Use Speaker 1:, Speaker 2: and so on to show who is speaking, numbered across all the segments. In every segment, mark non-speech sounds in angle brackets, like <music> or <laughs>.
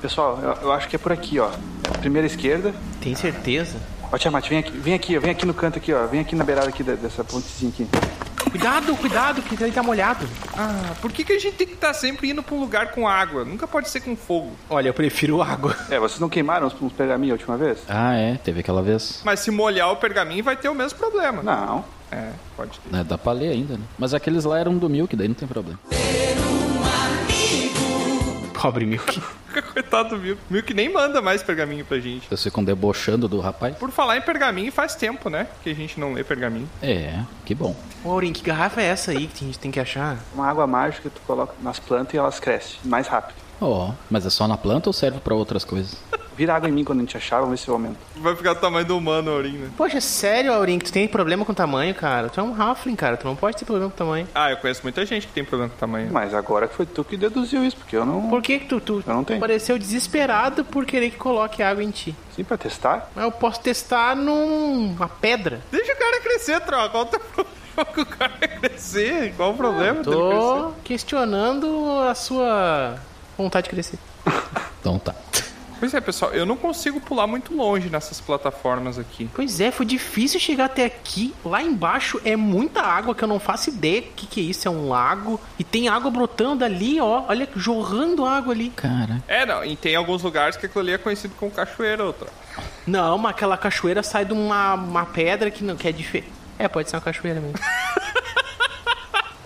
Speaker 1: Pessoal, eu, eu acho que é por aqui, ó. Primeira esquerda.
Speaker 2: Tem certeza?
Speaker 1: Ó, Tiamat, vem aqui, vem aqui, ó, vem aqui no canto aqui, ó. Vem aqui na beirada aqui da- dessa pontezinha aqui.
Speaker 2: Cuidado, cuidado, que ele tá molhado.
Speaker 3: Ah, por que, que a gente tem que estar sempre indo pra um lugar com água? Nunca pode ser com fogo.
Speaker 2: Olha, eu prefiro água. <laughs>
Speaker 1: É, vocês não queimaram os, os pergaminhos a última vez?
Speaker 4: Ah, é. Teve aquela vez.
Speaker 3: Mas se molhar o pergaminho vai ter o mesmo problema.
Speaker 1: Não.
Speaker 3: É, pode ter. <laughs>
Speaker 4: É, dá pra ler ainda, né? Mas aqueles lá eram do Milk, daí não tem problema.
Speaker 2: Pobre Milk.
Speaker 3: Coitado do Milk. Milk nem manda mais pergaminho pra gente.
Speaker 4: Vocês ficam debochando do rapaz?
Speaker 3: Por falar em pergaminho, faz tempo, né? Que a gente não lê pergaminho.
Speaker 4: É, que bom.
Speaker 2: Ô, Aurim, que garrafa é essa aí que a gente tem que achar?
Speaker 1: É Uma água mágica tu coloca nas plantas e elas crescem mais rápido.
Speaker 4: Ó, mas é só na planta ou serve pra outras coisas?
Speaker 1: Vira água em mim quando a gente achar, vamos ver se eu aumento.
Speaker 3: Vai ficar do tamanho do humano, Aurim, né?
Speaker 2: Poxa, sério, Aurim, que tu tem problema com tamanho, cara? Tu é um Halfling, cara. Tu não pode ter problema com tamanho.
Speaker 3: Ah, eu conheço muita gente que tem problema com tamanho.
Speaker 1: Mas agora que foi tu que deduziu isso, porque eu não.
Speaker 2: Por que que tu, tu
Speaker 1: Eu não tenho.
Speaker 2: pareceu desesperado por querer que coloque água em ti?
Speaker 1: Sim, pra testar.
Speaker 2: Mas eu posso testar numa pedra.
Speaker 3: Deixa o cara crescer, troca. Qual o teu <laughs> problema com o cara crescer? Qual o problema dele crescer?
Speaker 2: Tô questionando a sua vontade de crescer.
Speaker 4: Então tá.
Speaker 3: Pois é, pessoal, eu não consigo pular muito longe nessas plataformas aqui.
Speaker 2: Pois é, foi difícil chegar até aqui. Lá embaixo é muita água que eu não faço ideia o que, que é isso. É um lago. E tem água brotando ali, ó. Olha, jorrando água ali.
Speaker 4: Cara,
Speaker 3: É, não, e tem alguns lugares que aquilo ali é conhecido como cachoeira, outra.
Speaker 2: Não, mas aquela cachoeira sai de uma, uma pedra que não quer diferente. É, pode ser uma cachoeira <laughs> mesmo.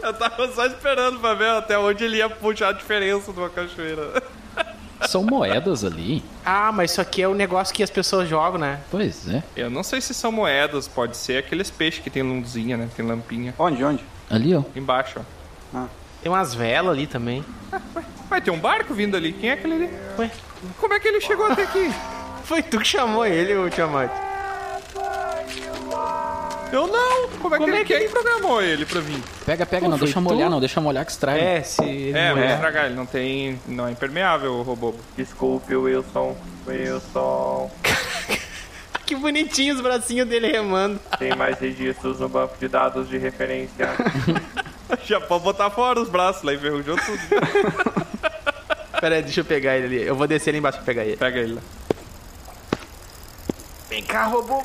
Speaker 3: Eu tava só esperando pra ver até onde ele ia puxar a diferença de uma cachoeira.
Speaker 4: são moedas ali.
Speaker 2: ah, mas isso aqui é o negócio que as pessoas jogam, né?
Speaker 4: Pois é.
Speaker 3: Eu não sei se são moedas, pode ser aqueles peixes que tem luzinha, né? Tem lampinha.
Speaker 1: Onde, onde?
Speaker 4: Ali, ó.
Speaker 3: Embaixo, ó.
Speaker 2: Tem umas velas ali também.
Speaker 3: Vai ter um barco vindo ali. Quem é aquele ali?
Speaker 2: Ué,
Speaker 3: Como é que ele chegou até aqui?
Speaker 2: foi tu que chamou ele, ô Tiamat.
Speaker 3: Eu não! Como é que
Speaker 2: Como
Speaker 3: ele,
Speaker 2: é que
Speaker 3: quem programou ele pra vir?
Speaker 4: Pega, pega,
Speaker 2: Pô,
Speaker 4: não
Speaker 2: foi
Speaker 4: deixa
Speaker 2: tu?
Speaker 4: molhar, não. Deixa molhar que estraga.
Speaker 2: É, se ele
Speaker 3: É, vai
Speaker 2: morrer.
Speaker 3: estragar, ele não tem. não é impermeável o robô. Desculpe, Wilson. Wilson.
Speaker 2: Que bonitinho os bracinhos dele remando.
Speaker 5: Tem mais registros no banco de dados de referência.
Speaker 3: <laughs> Já pode botar fora os braços lá, enferrujou tudo.
Speaker 2: Pera aí, deixa eu pegar ele ali. Eu vou descer ali embaixo pra pegar ele.
Speaker 3: Pega ele lá.
Speaker 2: Vem cá, robô.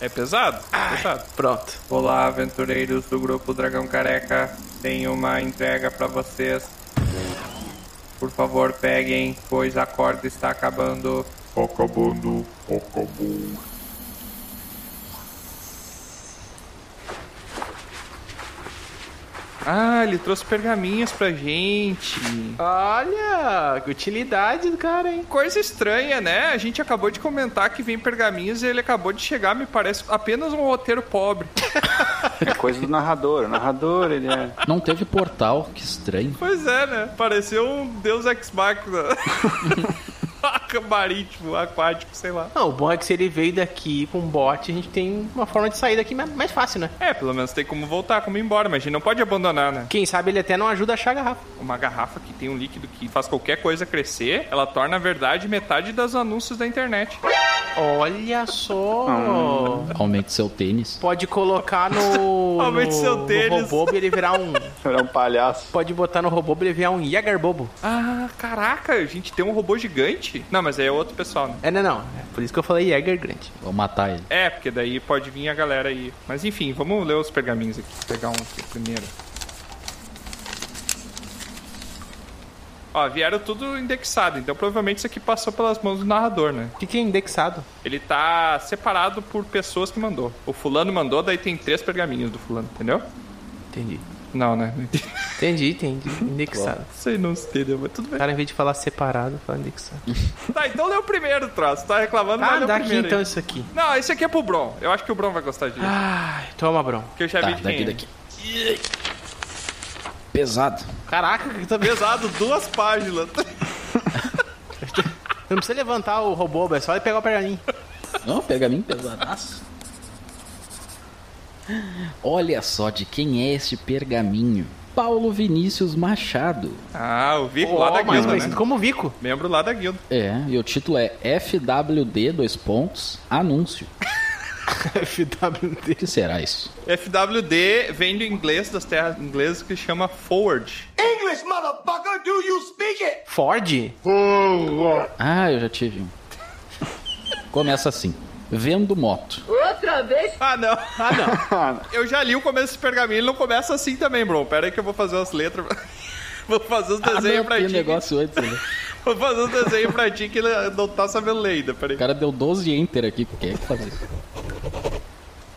Speaker 3: É pesado? pesado.
Speaker 2: Pronto.
Speaker 5: Olá, aventureiros do grupo Dragão Careca. Tenho uma entrega pra vocês. Por favor, peguem, pois a corda está acabando.
Speaker 6: Acabando, acabou.
Speaker 3: Ah, ele trouxe pergaminhos pra gente.
Speaker 2: Olha, que utilidade do cara, hein?
Speaker 3: Coisa estranha, né? A gente acabou de comentar que vem pergaminhos e ele acabou de chegar, me parece apenas um roteiro pobre.
Speaker 1: É coisa do narrador. O narrador, ele é.
Speaker 4: Não teve portal, que estranho.
Speaker 3: Pois é, né? Pareceu um deus ex-máquina. Marítimo, aquático, sei lá.
Speaker 2: Não, o bom é que se ele veio daqui com um bot, a gente tem uma forma de sair daqui ma- mais fácil, né?
Speaker 3: É, pelo menos tem como voltar, como ir embora, mas a gente não pode abandonar, né?
Speaker 2: Quem sabe ele até não ajuda a achar a garrafa.
Speaker 3: Uma garrafa que tem um líquido que faz qualquer coisa crescer, ela torna, na verdade, metade dos anúncios da internet.
Speaker 2: Olha só.
Speaker 3: Hum.
Speaker 4: Aumente seu tênis.
Speaker 2: Pode colocar no.
Speaker 3: <laughs> Aumente
Speaker 2: no-
Speaker 3: seu
Speaker 2: no
Speaker 3: tênis.
Speaker 2: robô pra ele virar um.
Speaker 1: Ele é um palhaço.
Speaker 2: Pode botar no robô pra ele virar um Jäger bobo.
Speaker 3: Ah, caraca, a gente tem um robô gigante? Não, mas aí é outro pessoal, né?
Speaker 2: É, não, não. É por isso que eu falei Jäger grande.
Speaker 4: Vou matar ele.
Speaker 3: É, porque daí pode vir a galera aí. Mas enfim, vamos ler os pergaminhos aqui. Pegar um aqui primeiro. Ó, vieram tudo indexado, então provavelmente isso aqui passou pelas mãos do narrador, né?
Speaker 2: O que, que é indexado?
Speaker 3: Ele tá separado por pessoas que mandou. O fulano mandou, daí tem três pergaminhos do fulano, entendeu?
Speaker 2: Entendi.
Speaker 3: Não, né? <laughs> Não entendi.
Speaker 2: Entendi,
Speaker 3: <laughs>
Speaker 2: entendi. Indexado.
Speaker 3: Isso aí não se entendeu, mas tudo
Speaker 2: O
Speaker 3: bem.
Speaker 2: cara, em vez de falar separado, fala indexado.
Speaker 3: Tá, então lê o primeiro, troço. Tá reclamando, mas
Speaker 2: Ah,
Speaker 3: lê o
Speaker 2: dá aqui
Speaker 3: primeiro aí.
Speaker 2: então isso aqui.
Speaker 3: Não, esse aqui é pro Bron. Eu acho que o Bron vai gostar disso.
Speaker 2: Ai, toma, Bron.
Speaker 3: Porque eu já
Speaker 4: Ah, Tá,
Speaker 3: vi de quem
Speaker 4: daqui,
Speaker 3: é.
Speaker 4: daqui. Pesado.
Speaker 2: Caraca, <laughs> que tá
Speaker 3: Pesado, duas páginas.
Speaker 2: Não precisa levantar o robô, é só ele pegar o pergaminho.
Speaker 4: Não, pega mim, pesadaço. Olha só de quem é este pergaminho. Paulo Vinícius Machado.
Speaker 3: Ah, o Vico lá
Speaker 2: Ó,
Speaker 3: da
Speaker 2: mais
Speaker 3: guilda,
Speaker 2: conhecido
Speaker 3: né?
Speaker 2: como Vico.
Speaker 3: Membro lá da guilda.
Speaker 4: É, e o título é FWD, dois pontos,
Speaker 3: <laughs>
Speaker 4: anúncio.
Speaker 2: FWD.
Speaker 4: O que será isso?
Speaker 3: FWD vem do inglês, das terras inglesas, que chama forward. English,
Speaker 5: motherfucker, do you speak it?
Speaker 2: Ford?
Speaker 4: Ah, eu já tive um. Começa assim. Vendo moto.
Speaker 7: Outra vez?
Speaker 3: Ah, não. <laughs> Ah, não. eu já li o começo desse pergaminho, ele não começa assim também, bro. Pera aí que eu vou fazer as letras. <laughs> vou fazer os
Speaker 4: Ah,
Speaker 3: desenhos
Speaker 4: não,
Speaker 3: Um pra
Speaker 4: tem
Speaker 3: ti.
Speaker 4: negócio antes, né?
Speaker 3: Vou fazer os desenhos pra ti que ele não tá sabendo ler ainda, peraí.
Speaker 4: O cara deu 12 enter aqui, porque é que faz isso.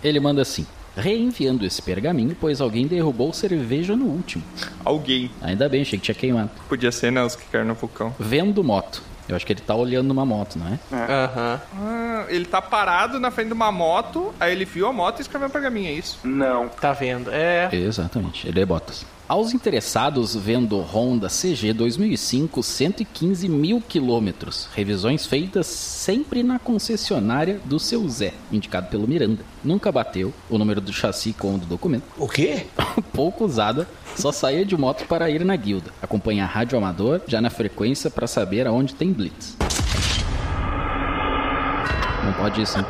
Speaker 4: Ele manda assim: reenviando esse pergaminho, pois alguém derrubou cerveja no último.
Speaker 3: Alguém.
Speaker 4: Ainda bem, achei que tinha queimado.
Speaker 3: Podia ser, né? Os que caíram no vulcão.
Speaker 4: Vendo moto. Eu acho que ele tá olhando uma moto, não é?
Speaker 2: Aham.
Speaker 3: Ah, ele tá parado na frente de uma moto, aí ele viu a moto e escreveu um pergaminho, é isso?
Speaker 1: Não.
Speaker 2: Tá vendo? É.
Speaker 4: Exatamente, ele é Bottas. Aos interessados vendo Honda CG 2005, 115 mil quilômetros. Revisões feitas sempre na concessionária do seu Zé, indicado pelo Miranda. Nunca bateu o número do chassi com o do documento. O <laughs> quê? Um Pouco usada, só saía de moto para ir na guilda. Acompanha a rádio amador já na frequência para saber aonde tem blitz. Não pode isso, né?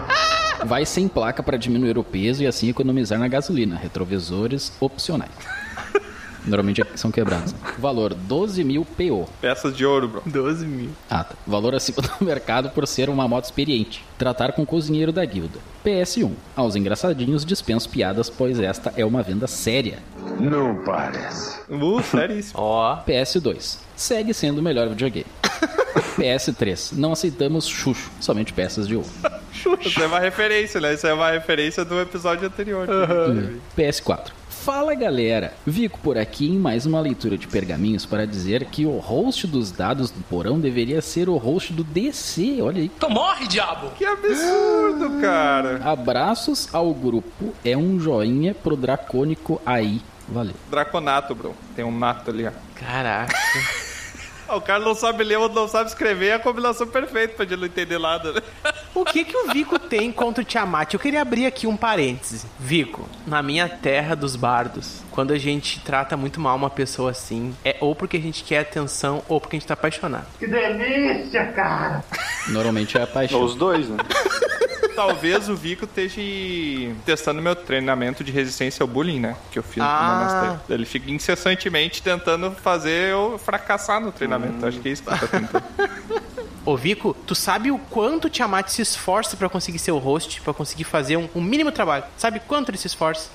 Speaker 4: Vai sem placa para diminuir o peso e assim economizar na gasolina. Retrovisores opcionais. Normalmente são quebrados. né? Valor 12 mil PO.
Speaker 3: Peças de ouro, bro.
Speaker 2: 12 mil.
Speaker 4: Ah, tá. Valor acima do <laughs> mercado por ser uma moto experiente. Tratar com o cozinheiro da guilda. PS1. Aos engraçadinhos dispenso piadas, pois esta é uma venda séria.
Speaker 6: Não parece.
Speaker 3: Uh, sério isso.
Speaker 2: Ó.
Speaker 4: PS2. Segue sendo o melhor videogame. PS3. Não aceitamos chuchu, somente peças de ouro.
Speaker 3: Isso é uma referência, né? Isso é uma referência do episódio anterior.
Speaker 4: PS4. Fala galera, Vico por aqui em mais uma leitura de pergaminhos para dizer que o host dos dados do porão deveria ser o host do DC, olha aí.
Speaker 3: Que absurdo, cara.
Speaker 4: Abraços ao grupo, é um joinha pro Dracônico aí. Valeu.
Speaker 3: Draconato, bro. Tem um nato ali, ó.
Speaker 2: Caraca.
Speaker 3: Ah, O cara não sabe ler, não sabe escrever, é a combinação perfeita pra ele não entender nada, né?
Speaker 2: O que que o Vico tem contra o Tiamat? Eu queria abrir aqui um parêntese. Vico, na minha terra dos bardos, quando a gente trata muito mal uma pessoa assim, é ou porque a gente quer atenção ou porque a gente tá apaixonado.
Speaker 4: Normalmente é a paixão.
Speaker 1: Os dois, né?
Speaker 3: <laughs> Talvez o Vico esteja testando meu treinamento de resistência ao bullying, né? Que eu fiz
Speaker 2: Ah.
Speaker 3: no monastério. Ele fica incessantemente tentando fazer eu fracassar no treinamento. Acho que é isso que ele tá tentando.
Speaker 2: Ô Vico, tu sabe o quanto o Tiamat se esforça pra conseguir ser o host, pra conseguir fazer um, um mínimo trabalho? Sabe quanto ele se esforça?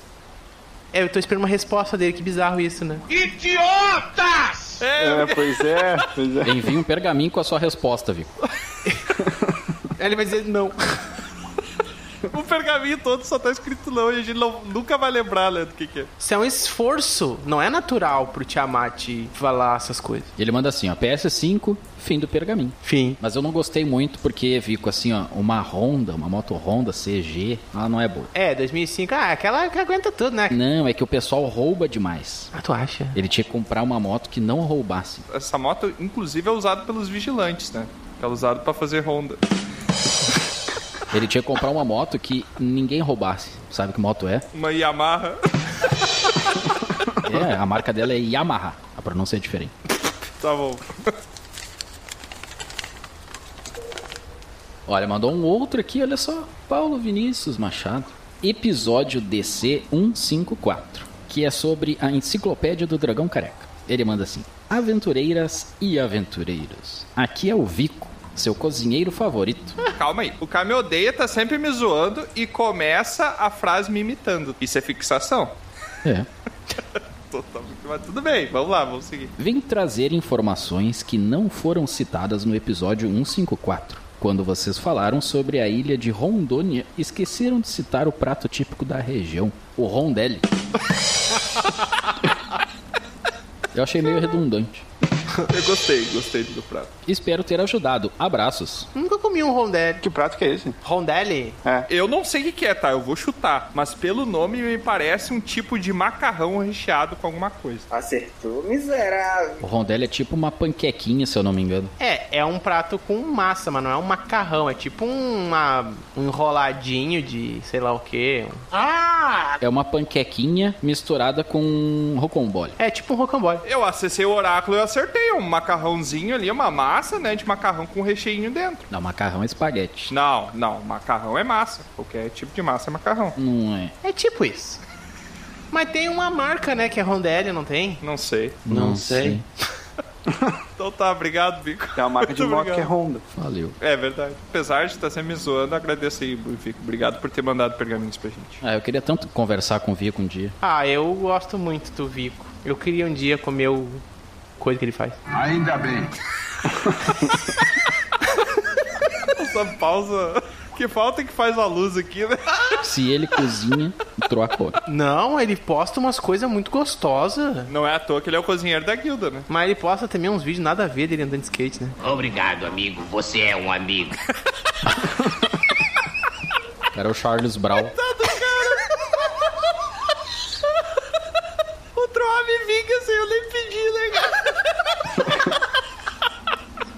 Speaker 2: É, eu tô esperando uma resposta dele, que bizarro isso, né?
Speaker 1: É, pois é, pois é.
Speaker 4: Envie um pergaminho com a sua resposta, Vico.
Speaker 2: Aí ele vai dizer não.
Speaker 3: <laughs> o pergaminho todo só tá escrito não e a gente não- nunca vai lembrar, né, do que que é.
Speaker 2: Isso é um esforço, não é natural pro Tiamat falar essas coisas.
Speaker 4: Ele manda assim, ó, PS5, fim do pergaminho.
Speaker 2: Fim.
Speaker 4: Mas eu não gostei muito porque, Vico, assim, ó, uma Honda, uma moto Honda CG, ela não é boa.
Speaker 2: É, 2005, ah, aquela que aguenta tudo, né?
Speaker 4: Não, é que o pessoal rouba demais.
Speaker 2: Ah, tu acha?
Speaker 4: Ele tinha que comprar uma moto que não roubasse.
Speaker 3: Essa moto, inclusive, é usada pelos vigilantes, né? Ela é usada pra fazer ronda.
Speaker 4: Ele tinha que comprar uma moto que ninguém roubasse. Sabe que moto é?
Speaker 3: Uma Yamaha. <laughs>
Speaker 4: É, a marca dela é Yamaha. A pronúncia é diferente.
Speaker 3: Tá bom.
Speaker 4: Olha, mandou um outro aqui, olha só. Paulo Vinícius Machado. Episódio DC 154, que é sobre a enciclopédia do dragão careca. Ele manda assim: Aventureiras e aventureiros. Aqui é o Vico, seu cozinheiro favorito.
Speaker 3: Calma aí. O cara me odeia, tá sempre me zoando e começa a frase me imitando. Isso é fixação?
Speaker 4: É.
Speaker 3: Tô- tô- Mas tudo bem, vamos lá, vamos seguir.
Speaker 4: Vim trazer informações que não foram citadas no episódio 154, quando vocês falaram sobre a ilha de Rondônia, esqueceram de citar o prato típico da região, o rondelli. Eu achei meio redundante.
Speaker 3: Eu gostei, gostei do prato.
Speaker 4: Espero ter ajudado. Abraços.
Speaker 2: Nunca comi um rondelli.
Speaker 1: Que prato que é esse?
Speaker 2: Rondelli?
Speaker 3: Eu não sei o que que é, tá? Eu vou chutar. Mas pelo nome me parece um tipo de macarrão recheado com alguma coisa.
Speaker 8: Acertou, miserável.
Speaker 4: O rondelli é tipo uma panquequinha, se eu não me engano.
Speaker 2: É, é um prato com massa, mas não é um macarrão. É tipo uma, um enroladinho de sei lá o quê. Ah!
Speaker 4: É uma panquequinha misturada com rocambole.
Speaker 2: É tipo um rocambole.
Speaker 3: Eu acessei o oráculo e eu acertei. Um macarrãozinho ali, uma massa, né? De macarrão com recheio dentro.
Speaker 4: Não, macarrão é espaguete.
Speaker 3: Não, não. Macarrão é massa. Qualquer tipo de massa é macarrão.
Speaker 4: Não é.
Speaker 2: É tipo isso. Mas tem uma marca, né, que é rondelli, não tem?
Speaker 3: Não sei.
Speaker 4: Não, sei.
Speaker 3: Então tá, obrigado, Bico.
Speaker 1: É uma marca de
Speaker 3: <laughs> Muito
Speaker 1: moto que é
Speaker 3: obrigado.
Speaker 1: Honda.
Speaker 4: Valeu.
Speaker 3: É verdade. Apesar de estar sempre me zoando, agradeço aí, Bico. Obrigado por ter mandado pergaminhos pra gente.
Speaker 4: Ah, eu queria tanto conversar com o Vico um dia.
Speaker 2: Ah, eu gosto muito do Vico. Eu queria um dia comer o. coisa que ele faz.
Speaker 6: Ainda bem.
Speaker 3: Essa pausa. <laughs> Que falta que faz a luz aqui, né?
Speaker 4: Se ele cozinha, troca outro.
Speaker 2: Não, ele posta umas coisas muito gostosas.
Speaker 3: Não é à toa que ele é o cozinheiro da guilda, né?
Speaker 2: Mas ele posta também uns vídeos nada a ver dele andando de skate, né?
Speaker 7: Obrigado, amigo. Você é um amigo.
Speaker 4: Era o Charles
Speaker 1: <laughs>
Speaker 4: Brown.
Speaker 3: O Trove vinga sem eu nem pedir, né, cara?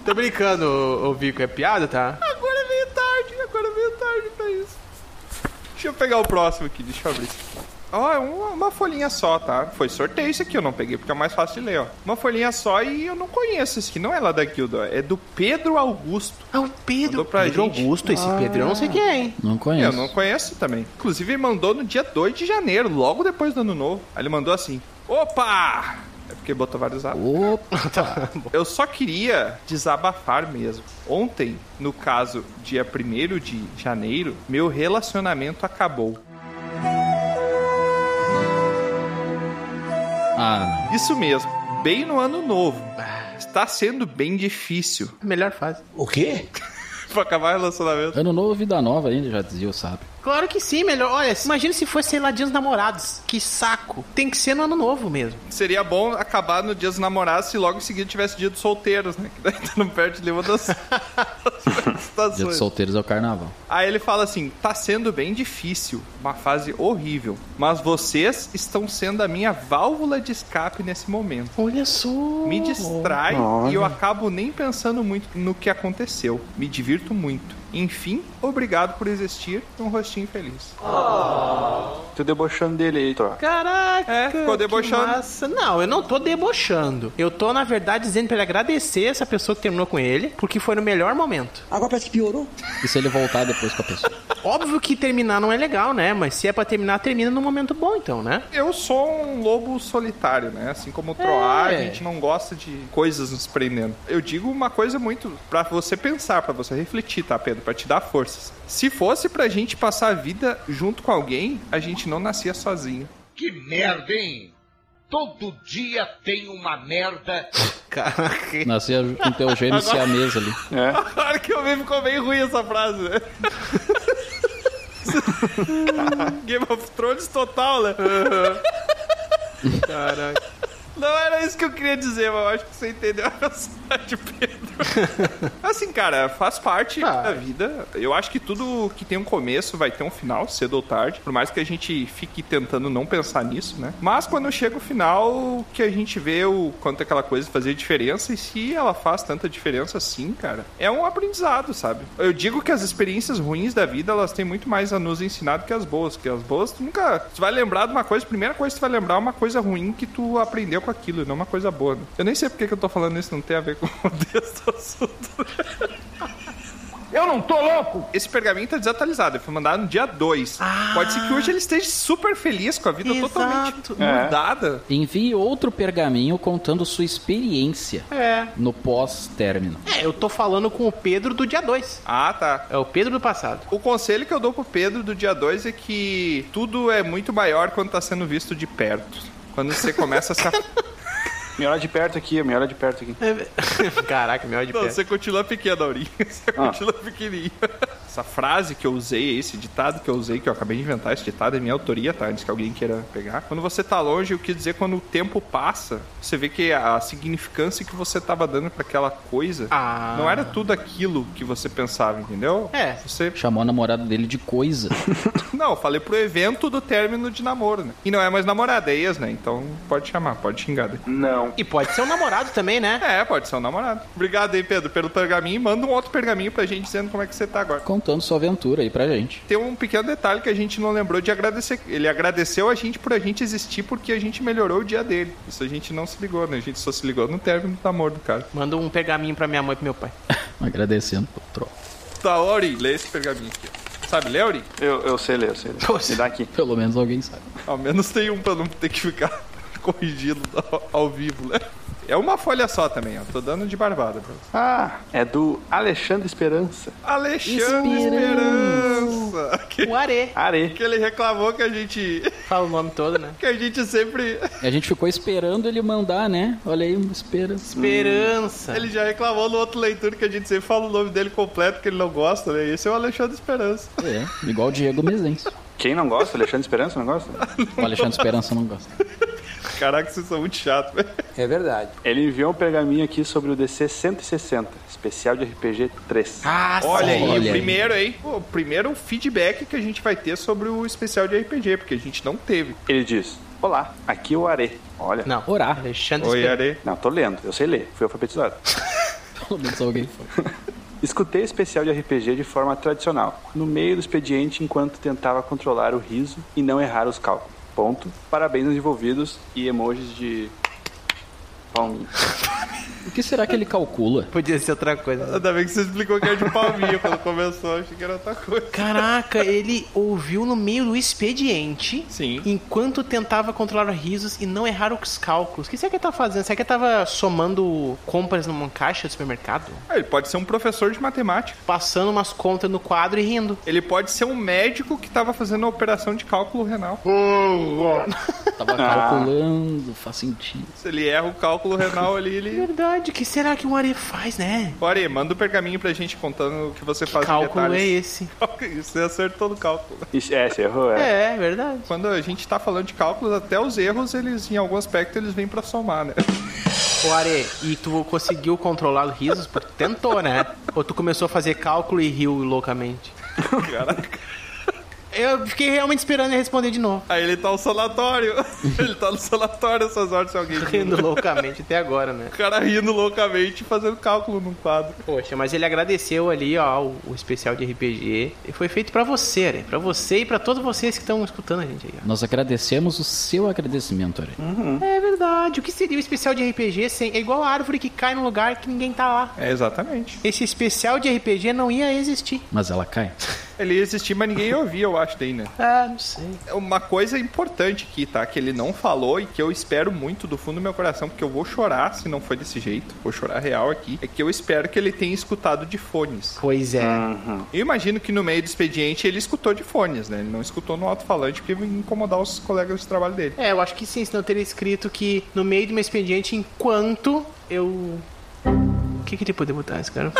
Speaker 2: Tô brincando, ô, ô Vico, é piada, tá?
Speaker 3: Agora é meio tarde, agora é meio tarde pra isso. Deixa eu pegar o próximo aqui, deixa eu abrir isso aqui. Ó, é uma, uma folhinha só, tá? Foi sorteio isso aqui, eu não peguei porque é mais fácil de ler, ó. Uma folhinha só e eu não conheço esse aqui, não é lá da guilda, ó. é do Pedro Augusto.
Speaker 2: Ah, o Pedro.
Speaker 3: Mandou pra
Speaker 2: Pedro
Speaker 3: gente.
Speaker 2: Augusto, esse Pedro eu não sei quem é, hein?
Speaker 4: Não
Speaker 3: Eu
Speaker 4: conheço.
Speaker 3: não conheço também. Inclusive, ele mandou no dia 2 de janeiro, logo depois do ano novo. Aí ele mandou assim: Opa! É porque botou vários A.
Speaker 4: Opa,
Speaker 3: <laughs> Eu só queria desabafar mesmo. Ontem, no caso, dia 1 de janeiro, meu relacionamento acabou.
Speaker 4: ah,
Speaker 3: Isso mesmo, bem no ano novo. Está sendo bem difícil <laughs>
Speaker 2: Melhor fase.
Speaker 3: pra acabar o relacionamento.
Speaker 4: ano novo, vida nova ainda, já dizia o sábio.
Speaker 2: Claro que sim, melhor. Olha, imagina se fosse, sei lá, Dia dos Namorados. Que saco. Tem que ser no ano novo mesmo.
Speaker 3: Seria bom acabar no dia dos namorados se logo em seguida tivesse dia dos solteiros, né? <laughs> Que daí tu não perde nenhuma das, <laughs> das
Speaker 4: Dia dos
Speaker 3: situações.
Speaker 4: solteiros é o carnaval.
Speaker 3: Aí ele fala assim: tá sendo bem difícil, uma fase horrível, mas vocês estão sendo a minha válvula de escape nesse momento.
Speaker 2: Olha só.
Speaker 3: Me distrai e eu acabo nem pensando muito no que aconteceu. Me divirto muito. Enfim, obrigado por existir. Um rostinho feliz.
Speaker 1: Tô debochando dele aí, troca.
Speaker 2: Caraca!
Speaker 3: É, ficou
Speaker 2: que
Speaker 3: debochando.
Speaker 2: massa. Não, eu não tô debochando. Eu tô, na verdade, dizendo pra ele agradecer essa pessoa que terminou com ele, porque foi no melhor momento.
Speaker 9: Agora parece que piorou.
Speaker 4: E se ele voltar depois com
Speaker 3: <laughs>
Speaker 4: a pessoa?
Speaker 2: Óbvio que terminar não é legal, né? Mas se é pra terminar, termina num momento bom, então, né?
Speaker 3: Eu sou um lobo solitário, né? Assim como o Troar, a gente não gosta de coisas nos prendendo. Eu digo uma coisa muito pra você pensar, pra você refletir, tá, Pedro? Pra te dar forças. Se fosse pra gente passar a vida junto com alguém, a gente não nascia sozinho. <laughs>
Speaker 7: Que merda, hein? Todo dia tem uma merda.
Speaker 2: Caraca.
Speaker 4: Nascia com teu gêmeo se a mesa ali.
Speaker 3: Claro que eu vi, ficou bem ruim essa frase, né? <laughs> Game of Thrones total, né?
Speaker 2: Caraca.
Speaker 3: Não era isso que eu queria dizer, mas eu acho que você entendeu a mensagem, Pedro. assim, cara, faz parte
Speaker 2: Ah.
Speaker 3: da vida. Eu acho que tudo que tem um começo vai ter um final, cedo ou tarde. Por mais que a gente fique tentando não pensar nisso, né? Mas quando chega o final, que a gente vê o quanto aquela coisa fazia diferença. E se ela faz tanta diferença assim, cara, é um aprendizado, sabe? Eu digo que as experiências ruins da vida, elas têm muito mais a nos ensinar do que as boas. Que as boas, tu nunca. Tu vai lembrar de uma coisa, a primeira coisa que tu vai lembrar é uma coisa ruim que tu aprendeu com aquilo, e não uma coisa boa. né? Eu nem sei porque que eu tô falando isso, não tem a ver com <laughs> o texto do assunto. Eu não tô louco! Ah. Esse pergaminho tá desatualizado, ele foi mandado no dia 2. Pode ser que hoje ele esteja super feliz com a vida
Speaker 2: Exato.
Speaker 3: totalmente
Speaker 1: É.
Speaker 3: mudada.
Speaker 4: Envie outro pergaminho contando sua experiência
Speaker 2: É.
Speaker 4: no pós-término.
Speaker 2: É, eu tô falando com o Pedro do dia 2.
Speaker 3: Ah, tá.
Speaker 2: É o Pedro do passado.
Speaker 3: O conselho que eu dou pro Pedro do dia 2 é que tudo é muito maior quando tá sendo visto de perto. Quando você começa a se af-
Speaker 1: Me olha de perto aqui, me olha de perto aqui.
Speaker 2: <laughs> Caraca, meu de
Speaker 3: Não,
Speaker 2: pé.
Speaker 3: você continua pequeno, Aurinho. <laughs> Você continua pequenininho. Essa frase que eu usei, esse ditado que eu usei, que eu acabei de inventar, esse ditado é minha autoria, tá? Antes que alguém queira pegar. Quando você tá longe, eu quis dizer quando o tempo passa, você vê que a significância que você tava dando pra aquela coisa
Speaker 2: Ah.
Speaker 3: não era tudo aquilo que você pensava, entendeu?
Speaker 2: É.
Speaker 3: Você
Speaker 4: Chamou a namorada dele de coisa.
Speaker 3: Não, eu falei pro evento do término de namoro, né? E não é mais namorada, é ex, né? Então pode chamar, pode xingar. né?
Speaker 1: Não.
Speaker 2: E pode ser um namorado também, né?
Speaker 3: É, pode ser um namorado. Obrigado aí, Pedro, pelo pergaminho. Manda um outro pergaminho pra gente dizendo como é que você tá agora.
Speaker 4: Contando sua aventura aí pra gente.
Speaker 3: Tem um pequeno detalhe que a gente não lembrou de agradecer. Ele agradeceu a gente por a gente existir porque a gente melhorou o dia dele. Isso a gente não se ligou, né? A gente só se ligou no término do namoro do cara.
Speaker 2: Manda um pergaminho pra minha mãe e pro meu pai.
Speaker 4: Agradecendo pro troco.
Speaker 3: Tá, Ori, lê esse pergaminho aqui. ó. Sabe, lê, Ori?
Speaker 1: Eu, eu sei ler, eu sei ler. Me dá aqui.
Speaker 4: Pelo menos alguém sabe.
Speaker 3: <laughs> Ao menos tem um pra não ter que ficar corrigindo ao- ao vivo, né? É uma folha só também, ó. Tô dando de barbada. pra você.
Speaker 1: Ah, é do Alexandre Esperança.
Speaker 3: Alexandre Esperança. <laughs> Que,
Speaker 2: <laughs> O Are.
Speaker 1: Are.
Speaker 3: que ele reclamou que a gente...
Speaker 2: Fala o nome todo, né?
Speaker 3: Que a gente sempre...
Speaker 4: E a gente ficou esperando ele mandar, né? Olha aí, espera.
Speaker 2: Esperança.
Speaker 3: Ele já reclamou no outro leitura que a gente sempre fala o nome dele completo, que ele não gosta, né? Esse é o Alexandre Esperança.
Speaker 4: É, igual o Diego Mezencio.
Speaker 1: Quem não gosta? Alexandre Esperança não gosta?
Speaker 4: O Alexandre Esperança não gosta.
Speaker 3: Caraca, vocês são muito chatos, velho.
Speaker 9: É verdade.
Speaker 1: Ele enviou um pergaminho aqui sobre o DC 160, especial de RPG 3.
Speaker 2: Ah,
Speaker 3: Olha aí,
Speaker 4: Olha
Speaker 3: o
Speaker 4: aí.
Speaker 3: primeiro aí, pô, o primeiro feedback que a gente vai ter sobre o especial de RPG, porque a gente não teve.
Speaker 1: Ele diz: Olá, aqui é o Are. Olha.
Speaker 2: Não.
Speaker 4: Orar. <laughs>
Speaker 2: Alexandre
Speaker 3: Oi,
Speaker 2: Esperança.
Speaker 3: Are.
Speaker 1: Não, tô lendo, eu sei ler, fui alfabetizado.
Speaker 4: Pelo menos alguém foi.
Speaker 1: Escutei o especial de RPG de forma tradicional, no meio do expediente enquanto tentava controlar o riso e não errar os cálculos. Ponto. Parabéns aos envolvidos e emojis de. Palminho.
Speaker 4: O que será que ele calcula?
Speaker 2: Podia ser outra coisa.
Speaker 3: Ainda bem que você explicou que era de palminha quando começou, achei que era outra coisa.
Speaker 2: Caraca, ele ouviu no meio do expediente.
Speaker 3: Sim.
Speaker 2: Enquanto tentava controlar risos e não errar os cálculos. O que será que ele tá fazendo? Será que ele tava somando compras numa caixa de supermercado?
Speaker 3: Ah, Ele pode ser um professor de matemática.
Speaker 2: Passando umas contas no quadro e rindo.
Speaker 3: Ele pode ser um médico que tava fazendo uma operação de cálculo renal.
Speaker 2: Oh,
Speaker 4: Tava calculando, faz sentido.
Speaker 3: Se ele erra o cálculo renal ali, ele.
Speaker 2: Verdade, que será que um Are faz, né?
Speaker 3: Ore, manda o pergaminho pra gente contando o que você faz
Speaker 2: Cálculo é
Speaker 3: <laughs> em
Speaker 2: esse.
Speaker 3: detalhes. Você acertou no cálculo.
Speaker 1: Isso, é, você errou, é.
Speaker 2: É, verdade.
Speaker 3: Quando a gente tá falando de cálculos, até os erros, eles, em algum aspecto, eles vêm pra somar, né?
Speaker 2: Ô Are, e tu conseguiu controlar os risos? Porque tentou, né? Ou tu começou a fazer cálculo e riu loucamente?
Speaker 3: Caraca.
Speaker 2: Eu fiquei realmente esperando ele responder de novo.
Speaker 3: Aí ele tá no <laughs> sanatório. ele tá no sanatório essas horas se alguém.
Speaker 2: Rindo loucamente até agora, né?
Speaker 3: O cara rindo loucamente e fazendo cálculo num quadro.
Speaker 2: Poxa, mas ele agradeceu ali, ó, o, o especial de RPG. E foi feito pra você, Are. Pra você e pra todos vocês que estão escutando a gente aí, ó.
Speaker 4: Nós agradecemos o seu agradecimento, Ari.
Speaker 2: É verdade. O que seria o especial de RPG sem. É igual a árvore que cai num lugar que ninguém tá lá.
Speaker 3: É, exatamente.
Speaker 2: Esse especial de RPG não ia existir.
Speaker 4: Mas ela cai.
Speaker 3: Ele ia existir, mas ninguém ia ouvir, eu acho, daí, né?
Speaker 2: Ah, não sei.
Speaker 3: Uma coisa importante aqui, tá? Que ele não falou e que eu espero muito do fundo do meu coração, porque eu vou chorar se não for desse jeito. Vou chorar real aqui. É que eu espero que ele tenha escutado de fones.
Speaker 2: Pois é.
Speaker 3: Eu imagino que no meio do expediente ele escutou de fones, né? Ele não escutou no alto-falante porque ia incomodar os colegas de trabalho dele.
Speaker 2: É, eu acho que sim, senão eu teria escrito que no meio de um expediente, enquanto eu. O que, que ele poderia botar esse <laughs> cara?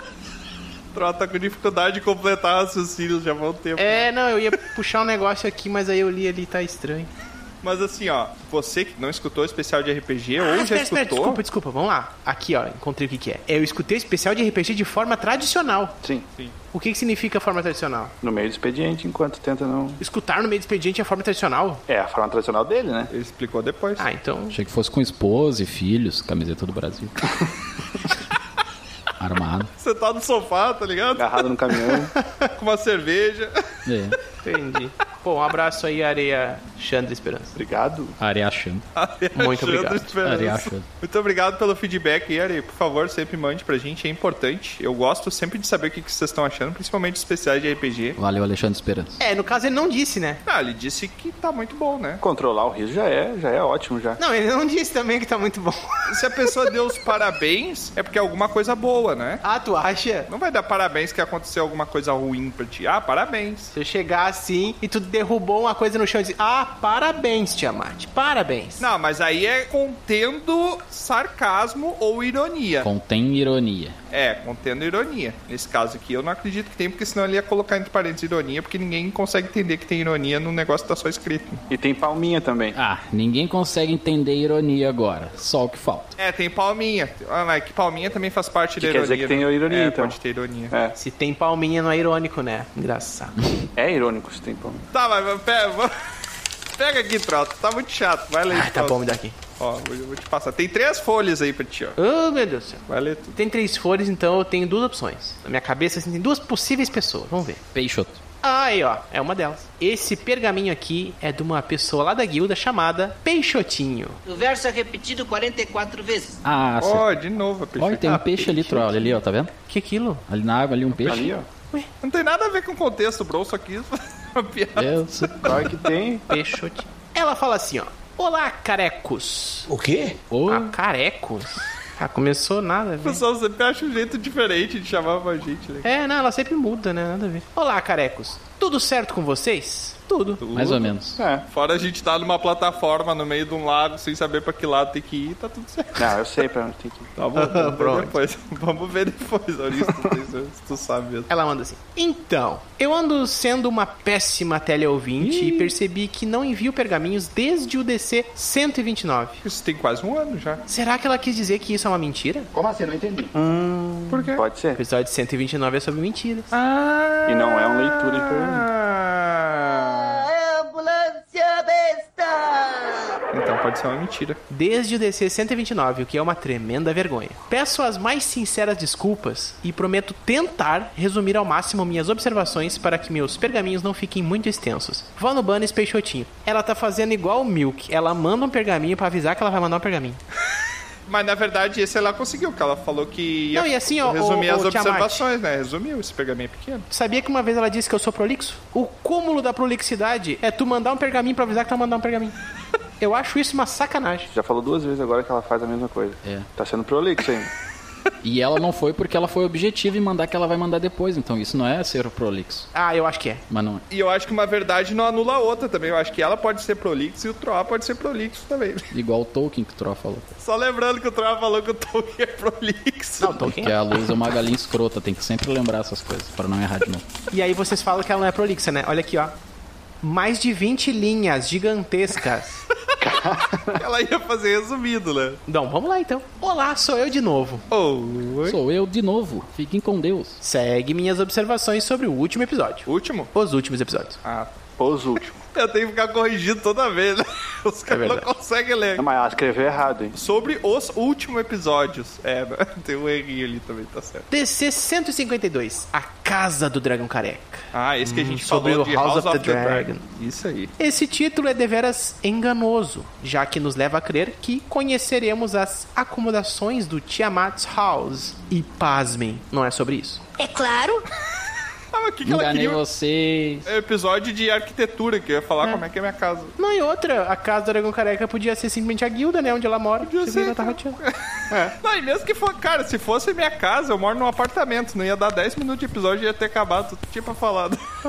Speaker 3: Trota tá com dificuldade de completar raciocínios já vão ter.
Speaker 2: É, não, eu ia puxar um negócio aqui, mas aí eu li ali, tá estranho.
Speaker 3: Mas assim, ó, você que não escutou o especial de RPG
Speaker 2: Ah,
Speaker 3: ou já
Speaker 2: espera,
Speaker 3: escutou.
Speaker 2: espera, desculpa, desculpa, vamos lá. Aqui, ó, encontrei o que que é. Eu escutei o especial de RPG de forma tradicional.
Speaker 3: É.
Speaker 1: Sim.
Speaker 2: O que que significa forma tradicional?
Speaker 1: No meio do expediente, enquanto tenta não.
Speaker 2: Escutar no meio do expediente é a forma tradicional?
Speaker 1: É a forma tradicional dele, né?
Speaker 3: Ele explicou depois.
Speaker 2: Ah, então...
Speaker 4: Achei que fosse com esposa e filhos, camiseta do <laughs> Brasil. Armado.
Speaker 3: Você tá no sofá, tá ligado?
Speaker 1: Agarrado no
Speaker 3: <laughs>
Speaker 1: caminhão.
Speaker 2: Ah.
Speaker 3: com uma cerveja.
Speaker 4: É.
Speaker 2: <laughs> Entendi. Pô, um abraço aí, Areia Chandra Esperança.
Speaker 1: Obrigado.
Speaker 4: Ari achando.
Speaker 2: <laughs> Muito
Speaker 3: Alexandre
Speaker 2: obrigado.
Speaker 3: Esperança.
Speaker 4: Ari achando.
Speaker 3: Muito obrigado pelo feedback, Yari. Por favor, sempre mande pra gente, é importante. Eu gosto sempre de saber o que que vocês estão achando, principalmente os especiais de RPG.
Speaker 4: Valeu, Alexandre Esperança.
Speaker 2: É, no caso ele não disse, né?
Speaker 3: Ah, ele disse que tá muito bom, né?
Speaker 1: Controlar o riso já é, já é ótimo já.
Speaker 2: Não, ele não <laughs> disse também que tá muito bom. <laughs>
Speaker 3: Se a pessoa deu os parabéns, é porque é alguma coisa boa, né?
Speaker 2: Ah, tu acha?
Speaker 3: Não vai dar parabéns que aconteceu alguma coisa ruim pra ti. Ah, parabéns.
Speaker 2: Se eu chegar assim e tu derrubou uma coisa no chão e diz, ah, parabéns, Tiamat, parabéns.
Speaker 3: Não, mas aí é contendo sarcasmo ou ironia.
Speaker 4: Contém ironia.
Speaker 3: É, contendo ironia. Nesse caso aqui, eu não acredito que tem, porque senão ele ia colocar entre parênteses ironia, porque ninguém consegue entender que tem ironia no negócio que tá só escrito.
Speaker 1: E tem palminha também.
Speaker 4: Ah, ninguém consegue entender ironia agora. Só o que falta.
Speaker 3: É, tem palminha. Ah, mas que palminha também faz parte da
Speaker 1: quer
Speaker 3: ironia.
Speaker 1: dizer que tem
Speaker 3: né?
Speaker 1: ironia,
Speaker 3: é,
Speaker 1: então.
Speaker 3: pode ter ironia.
Speaker 1: É,
Speaker 2: Se tem palminha não é irônico, né? Engraçado.
Speaker 1: é irônico se tem palminha.
Speaker 3: Tá, mas- mas pega, <laughs> vamos- pega aqui, trota. Tá muito chato. Vai
Speaker 2: <laughs>
Speaker 3: ler.
Speaker 2: Ah, tá
Speaker 3: troço.
Speaker 2: bom, me dá aqui.
Speaker 3: Ó, vou, vou te passar. Tem três folhas aí pra ti, ó.
Speaker 2: Oh, meu Deus do céu.
Speaker 3: Vai ler tudo.
Speaker 2: Tem três folhas, então eu tenho duas opções. Na minha cabeça, assim, tem duas possíveis pessoas. Vamos ver.
Speaker 4: Peixoto.
Speaker 2: Aí, ó, é uma delas. Esse pergaminho aqui é de uma pessoa lá da guilda chamada Peixotinho.
Speaker 10: O verso é repetido 44 vezes.
Speaker 4: Ah, acertou.
Speaker 3: Ó, de novo. a peixe-
Speaker 4: Olha, tem um
Speaker 3: Ah,
Speaker 4: peixe ali, troll. Ali, ó, tá vendo?
Speaker 2: Que aquilo?
Speaker 4: Ali na água, ali um peixe.
Speaker 1: Ali, ó.
Speaker 3: Não tem nada a ver com o contexto, bro. Só quis <laughs> fazer uma piada.
Speaker 4: Eu sei.
Speaker 1: Claro que tem.
Speaker 2: Peixotinho. Ela fala assim, ó. Olá, carecos.
Speaker 9: O quê?
Speaker 4: Ô,
Speaker 2: Ah, carecos? Ah, começou nada,
Speaker 3: O
Speaker 2: velho.
Speaker 3: pessoal sempre acha um jeito diferente de chamar pra gente, né?
Speaker 2: É, não, ela sempre muda, né? Nada a ver. Olá, carecos. Tudo certo com vocês? Tudo.
Speaker 4: Mais ou menos.
Speaker 1: É.
Speaker 3: Fora a gente tá numa plataforma no meio de um lago sem saber pra que lado tem que ir, tá tudo certo.
Speaker 1: Não, eu sei pra onde tem que ir.
Speaker 3: Tá <laughs> bom, vamos ver
Speaker 2: Pronto.
Speaker 3: depois. Vamos ver depois, Auristo, não sei se- se tu sabe mesmo.
Speaker 2: Ela manda assim: Então, eu ando sendo uma péssima teleouvinte e percebi que não envio pergaminhos desde o DC 129.
Speaker 3: Isso tem quase um ano já.
Speaker 2: Será que ela quis dizer que isso é uma mentira?
Speaker 6: Como assim? Não entendi.
Speaker 3: Por quê?
Speaker 1: Pode
Speaker 2: O
Speaker 1: ser.
Speaker 2: episódio 129 é sobre mentiras.
Speaker 3: Ah,
Speaker 1: E não é uma leitura de pergaminho.
Speaker 10: Ambulância besta!
Speaker 3: Então pode ser uma mentira.
Speaker 2: Desde o DC 129, o que é uma tremenda vergonha. Peço as mais sinceras desculpas e prometo tentar resumir ao máximo minhas observações para que meus pergaminhos não fiquem muito extensos. Vá no Banes Peixotinho. Ela tá fazendo igual o Milk. Ela manda um pergaminho pra avisar que ela vai mandar um pergaminho.
Speaker 3: Mas na verdade esse ela conseguiu, que ela falou que ia
Speaker 2: Não, e assim, ó,
Speaker 3: resumir
Speaker 2: ô-
Speaker 3: as
Speaker 2: ô, Tiamat.
Speaker 3: observações, né? Resumiu, esse pergaminho é pequeno.
Speaker 2: Tu Sabia que uma vez ela disse que eu sou prolixo? O cúmulo da prolixidade é tu mandar um pergaminho pra avisar que tu vai mandar um <laughs> pergaminho. Eu acho isso uma sacanagem.
Speaker 1: Já falou duas vezes agora que ela faz a mesma coisa.
Speaker 4: É.
Speaker 1: Tá sendo prolixo ainda.
Speaker 4: E ela não foi porque ela foi objetiva em mandar que ela vai mandar depois. Então isso não é ser prolixo.
Speaker 2: Ah, eu acho que é.
Speaker 4: Mas não é.
Speaker 3: E eu acho que uma verdade não anula a outra também. Eu acho que ela pode ser prolixo e o Troá pode ser prolixo também. <laughs>
Speaker 4: Igual o Tolkien que o Troa falou.
Speaker 3: Só lembrando que o Troá falou que o Tolkien é prolixo.
Speaker 2: Não, Tolkien.
Speaker 4: Que a luz é uma galinha escrota. Tem que sempre lembrar essas coisas pra não errar de novo.
Speaker 2: E aí vocês falam que ela não é prolixa, né? Olha aqui, ó. Mais de 20 linhas <laughs> gigantescas.
Speaker 3: <laughs> Ela ia fazer resumido, né? Oh,
Speaker 2: Então, vamos lá então. Olá, sou eu de novo.
Speaker 3: Oi.
Speaker 4: Sou eu de novo. Fiquem com Deus.
Speaker 2: Segue minhas observações sobre o último episódio.
Speaker 3: Último? Ah,
Speaker 2: Os últimos episódios.
Speaker 1: Os últimos.
Speaker 3: Eu tenho que ficar corrigindo toda vez, né? <laughs> Os caras não
Speaker 2: É verdade.
Speaker 3: conseguem ler.
Speaker 1: Não, mas ela escreveu errado, hein?
Speaker 3: Sobre os últimos episódios. É, <laughs> né? tem um errinho ali também, tá certo.
Speaker 2: DC 152, A Casa do Dragão Careca.
Speaker 3: Ah, esse que a gente
Speaker 2: Hum, sobre
Speaker 3: falou
Speaker 2: o
Speaker 3: de
Speaker 2: House
Speaker 3: House,
Speaker 2: of
Speaker 3: of,
Speaker 2: the
Speaker 3: the,
Speaker 2: Dragon.
Speaker 3: Dragon. Isso aí.
Speaker 2: Esse título é deveras enganoso, já que nos leva a crer que conheceremos as acomodações do Tiamat's House. E pasmem, não é sobre isso.
Speaker 10: É claro!
Speaker 3: Ah, mas o que, que ela
Speaker 4: Enganei
Speaker 3: queria?
Speaker 4: vocês.
Speaker 3: É episódio de arquitetura, que eu ia falar como é que é minha casa.
Speaker 2: Não, e outra, a casa do Dragão Careca podia ser simplesmente a guilda, né? Onde ela mora.
Speaker 3: Podia
Speaker 2: Você vê
Speaker 3: ser,
Speaker 2: que ela tá
Speaker 3: cara.
Speaker 2: rateando.
Speaker 3: <laughs> Não, e mesmo que for, cara, se fosse minha casa, eu moro num apartamento, não ia dar 10 minutos de episódio e ia ter acabado, tudo que tinha pra falar. <laughs>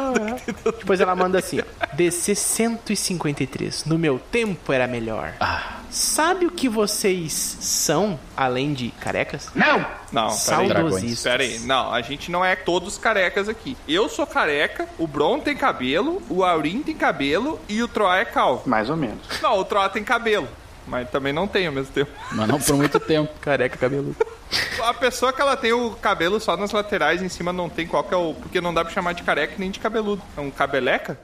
Speaker 2: Depois ela manda assim, ó. DC 153. No meu tempo era melhor.
Speaker 3: Ah.
Speaker 2: Sabe o que vocês são, além de carecas?
Speaker 3: Não, peraí.
Speaker 2: Saudosistas.
Speaker 3: Pera aí, não, a gente não é todos carecas aqui. Eu sou careca, o Bron tem cabelo, o Aurim tem cabelo e o Troá é calvo.
Speaker 1: Mais ou menos.
Speaker 3: Não, o Troá tem cabelo, mas também não tem ao mesmo tempo. <laughs>
Speaker 4: Mas não por muito tempo.
Speaker 2: Careca cabeludo.
Speaker 3: A pessoa que ela tem o cabelo só nas laterais, em cima não tem qual que é o. Porque não dá pra chamar de careca nem de cabeludo. É um cabeleca?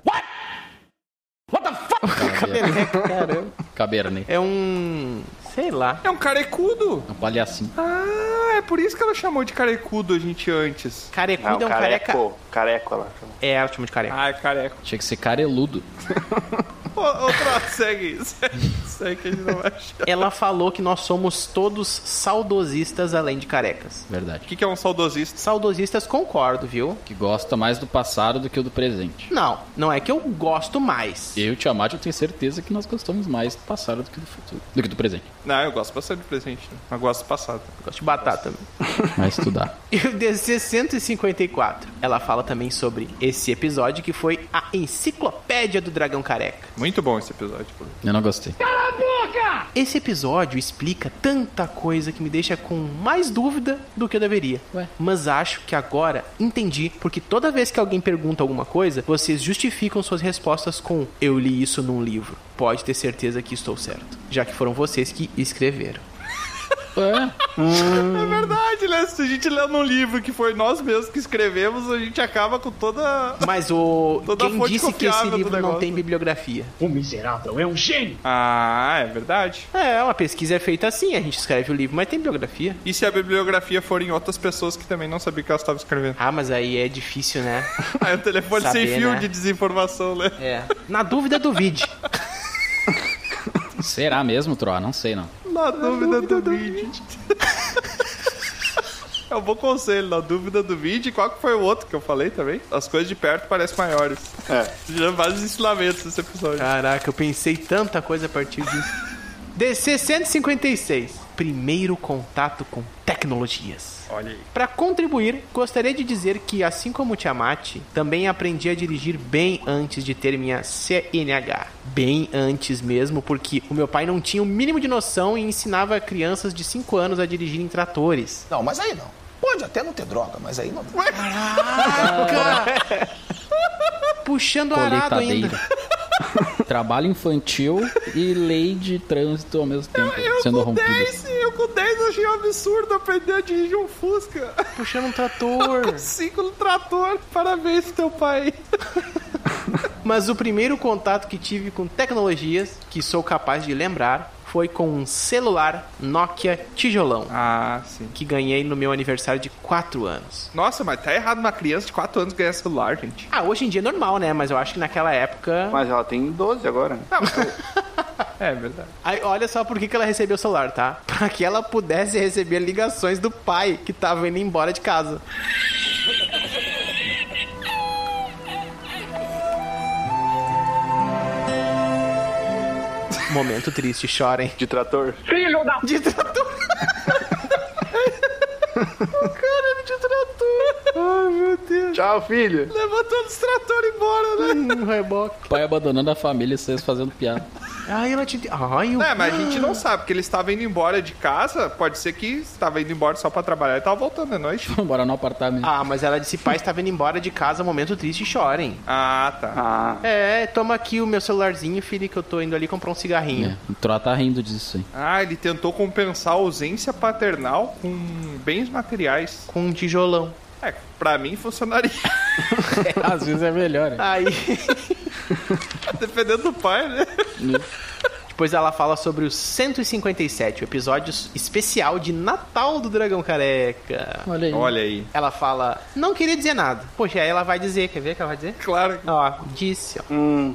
Speaker 2: Cabeludo, caramba.
Speaker 4: Cabernet.
Speaker 2: É um... Sei lá.
Speaker 3: É um carecudo!
Speaker 4: Um palhacinho.
Speaker 3: Ah, é por isso que ela chamou de carecudo a gente antes.
Speaker 2: Carecudo
Speaker 1: Não,
Speaker 2: é um careca...
Speaker 1: careco. Careco ela. chama.
Speaker 2: É, ela chama de careca.
Speaker 3: Ah, é careco.
Speaker 4: Tinha que ser careludo.
Speaker 3: Ô, ô, Troá, segue, segue, <laughs> segue que a gente não vai achar.
Speaker 2: Ela falou que nós somos todos saudosistas, além de carecas.
Speaker 4: Verdade.
Speaker 3: O que, que é um saudosista?
Speaker 2: Saudosistas concordo, viu?
Speaker 4: Que gosta mais do passado do que do presente.
Speaker 2: Não, não é que eu gosto mais.
Speaker 4: Eu e o Tiamat, eu tenho certeza que nós gostamos mais do passado do que do futuro. Do que do presente.
Speaker 3: Não, Ah, eu gosto bastante do presente, né? mas gosto do passado.
Speaker 2: Gosto de batata.
Speaker 4: Vai estudar.
Speaker 2: E o DC 154. Ela fala também sobre esse episódio que foi a enciclopédia do dragão careca.
Speaker 3: Muito bom esse episódio. por exemplo.
Speaker 4: Eu não gostei.
Speaker 2: Esse episódio explica tanta coisa que me deixa com mais dúvida do que eu deveria.
Speaker 4: Ué.
Speaker 2: Mas acho que agora entendi, porque toda vez que alguém pergunta alguma coisa, vocês justificam suas respostas com eu li isso num livro. Pode ter certeza que estou certo, já que foram vocês que escreveram.
Speaker 4: É,
Speaker 3: É verdade, né? Se a gente lê num livro que foi nós mesmos que escrevemos, a gente acaba com toda.
Speaker 2: Mas o
Speaker 3: Toda
Speaker 2: quem
Speaker 3: fonte
Speaker 2: disse que esse
Speaker 3: confiável do
Speaker 2: livro não
Speaker 3: negócio.
Speaker 2: tem bibliografia?
Speaker 3: <laughs> Ah, é verdade.
Speaker 2: É, uma pesquisa é feita assim, a gente escreve o livro, mas tem biografia.
Speaker 3: E se a bibliografia for em outras pessoas que também não sabia que elas estavam escrevendo?
Speaker 2: Ah, mas aí é difícil, né?
Speaker 3: Aí o telefone
Speaker 2: Saber,
Speaker 3: sem fio
Speaker 2: né?
Speaker 3: de desinformação, né?
Speaker 2: É. Na dúvida, duvide.
Speaker 4: será mesmo, Troa? Não sei, não.
Speaker 3: Na dúvida, do vídeo. <laughs> É um bom conselho, na dúvida do vídeo. E Qual que foi o outro que eu falei também? As coisas de perto parecem maiores.
Speaker 1: É.
Speaker 3: <laughs> Já vários ensinamentos É. nesse episódio.
Speaker 2: <laughs> Caraca, eu pensei tanta coisa a partir disso. DC 156. primeiro contato com tecnologias. Olha aí. Para contribuir, gostaria de dizer que, assim como Tiamat, também aprendi a dirigir bem antes de ter minha CNH. Bem antes mesmo, porque o meu pai não tinha o mínimo de noção e ensinava crianças de 5 anos a dirigirem tratores.
Speaker 9: Não, mas aí não. Pode até não ter droga, mas aí não.
Speaker 2: Ah. <laughs> Puxando arado ainda.
Speaker 4: colheitadeira. <laughs> Trabalho infantil e lei de trânsito ao mesmo tempo
Speaker 3: Eu
Speaker 4: sendo
Speaker 3: com
Speaker 4: rompidas.
Speaker 3: 10, eu com 10 achei um absurdo aprender a dirigir um Fusca. <laughs>
Speaker 2: Puxando um <laughs> trator.
Speaker 3: 5 no trator, parabéns pro teu pai.
Speaker 2: Mas o primeiro contato que tive com tecnologias, que sou capaz de lembrar, foi com um celular Nokia Tijolão,
Speaker 3: Ah, sim.
Speaker 2: que ganhei no meu aniversário de 4 anos.
Speaker 3: Nossa, mas tá errado uma criança de 4 anos ganhar celular, gente.
Speaker 2: Ah, hoje em dia é normal, né? Mas eu acho que naquela época.
Speaker 1: Mas ela tem 12 agora. né?
Speaker 3: Não, mas eu- é verdade.
Speaker 2: Aí, olha só por que, que ela recebeu o celular, tá? <laughs> Pra que ela pudesse receber ligações do pai que tava indo embora de casa. <laughs> Momento triste, chorem.
Speaker 1: De trator. <laughs>
Speaker 2: De trator.
Speaker 3: O cara é de trator. Ai, meu Deus.
Speaker 1: Tchau, filho.
Speaker 3: Levou todos os tratores embora, né?
Speaker 2: Um reboque.
Speaker 4: Pai abandonando a família e vocês fazendo piada. <laughs>
Speaker 2: Ai, ela te. Ai, o.
Speaker 3: É, mas a gente não sabe, porque ele estava indo embora de casa, pode ser que estava indo embora só pra trabalhar e tava voltando é à noite.
Speaker 4: Bora no apartamento.
Speaker 2: Ah, mas ela disse: pai, estava indo embora de casa, momento triste, chorem.
Speaker 3: Ah, tá.
Speaker 1: Ah,
Speaker 2: É, toma aqui o meu celularzinho, filho, que eu tô indo ali comprar um cigarrinho.
Speaker 4: É, o Troá tá rindo disso aí.
Speaker 3: Ah, ele tentou compensar a ausência paternal com bens materiais.
Speaker 2: Com um tijolão.
Speaker 3: É, pra mim funcionaria. <laughs>
Speaker 4: Às vezes é melhor. hein?
Speaker 2: <laughs> Aí.
Speaker 3: Dependendo do pai, né?
Speaker 2: Depois ela fala sobre o 157, o episódio especial de Natal do Dragão Careca.
Speaker 4: Olha aí.
Speaker 3: Olha aí.
Speaker 2: Ela fala, não queria dizer nada. Poxa, aí ela vai dizer, quer ver o que ela vai dizer?
Speaker 3: Claro.
Speaker 2: Ó, disse, ó.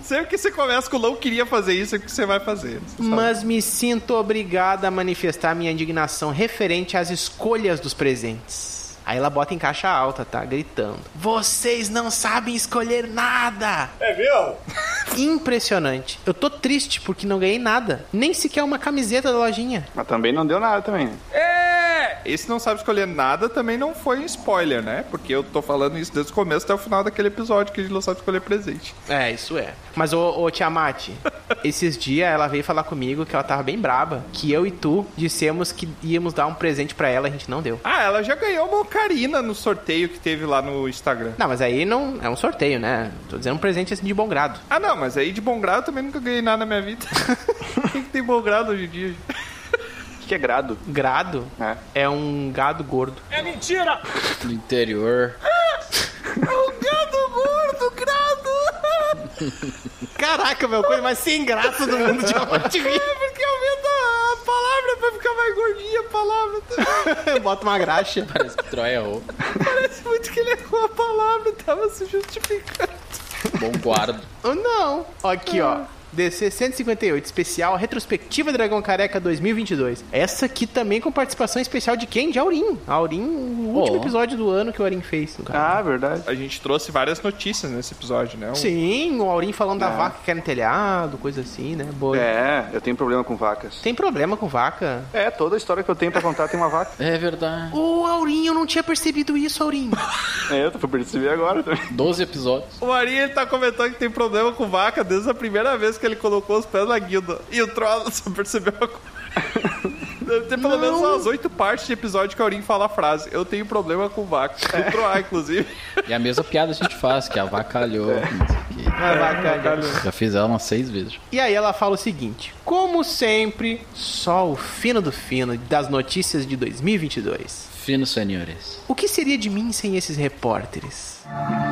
Speaker 3: Sempre que você começa com o Lão queria fazer isso, é o que você vai fazer. Você sabe.
Speaker 2: Mas me sinto obrigada a manifestar minha indignação referente às escolhas dos presentes. Aí ela bota em caixa alta, tá? Gritando. Vocês não sabem escolher nada! É, viu? Impressionante. Eu tô triste porque não ganhei nada. Nem sequer uma camiseta da lojinha.
Speaker 1: mas também não deu nada também. né?
Speaker 3: É! Esse não sabe escolher nada também não foi um spoiler, né? Porque eu tô falando isso desde o começo até o final daquele episódio que a gente não sabe escolher presente.
Speaker 2: É, isso é. Mas, ô, ô <laughs> Tiamat, esses dias ela veio falar comigo que ela tava bem braba. Que eu e tu dissemos que íamos dar um presente pra ela, a gente não deu.
Speaker 3: Ah, ela já ganhou uma ocarina no sorteio que teve lá no Instagram.
Speaker 2: Não, mas aí não é um sorteio, né? Tô dizendo um presente assim de bom grado.
Speaker 3: Ah, não, mas aí de bom grado eu também nunca ganhei nada na minha vida. <laughs> O que, que tem bom grado hoje em dia?
Speaker 1: O que que é grado?
Speaker 2: Grado
Speaker 1: É.
Speaker 2: é um gado gordo.
Speaker 4: Do interior.
Speaker 2: Caraca, meu, coisa mais sem graça do mundo
Speaker 3: <laughs>
Speaker 2: de
Speaker 3: É, Porque aumenta a palavra pra ficar mais gordinha a
Speaker 2: <laughs>
Speaker 3: palavra.
Speaker 2: Bota uma graxa.
Speaker 4: Parece que o Troá errou.
Speaker 3: Parece muito que ele errou a palavra, tava assim. se justificando.
Speaker 4: Bom guardo.
Speaker 2: Ou Oh, não. Ó, Aqui, ó. DC 158, especial Retrospectiva Dragão Careca 2022. Essa aqui também com participação especial de quem? De Aurim. Aurim, o último
Speaker 4: Ó.
Speaker 2: episódio do ano que o Aurim fez. no canal.
Speaker 1: Ah, verdade.
Speaker 3: A gente trouxe várias notícias nesse episódio, né? Um-
Speaker 2: Sim, o Aurim falando
Speaker 3: É.
Speaker 2: da vaca que cai no telhado, coisa assim, né? Boa.
Speaker 1: É, eu tenho problema com vacas.
Speaker 2: Tem problema com vaca?
Speaker 1: É, toda a história que eu tenho pra contar tem uma vaca.
Speaker 4: É verdade.
Speaker 2: Ô, Aurim, eu não tinha percebido isso, Aurim.
Speaker 1: É, eu tô pra perceber agora também.
Speaker 4: 12 episódios.
Speaker 3: O Marinho ele tá comentando que tem problema com vaca desde a primeira vez que ele colocou os pés na guilda. E o Troll <laughs> só percebeu a coisa. Deve ter pelo menos umas oito partes de episódio que o Aurim fala a frase. Eu tenho problema com vaca. O Troll, inclusive.
Speaker 4: E a mesma piada a gente faz, que avacalhou. não sei o
Speaker 2: A vaca.
Speaker 4: quê. Já fiz ela umas seis vezes.
Speaker 2: E aí ela fala o seguinte: Como sempre, só o fino do fino das notícias de 2022.
Speaker 4: Fino, senhores.
Speaker 2: O que seria de mim sem esses repórteres?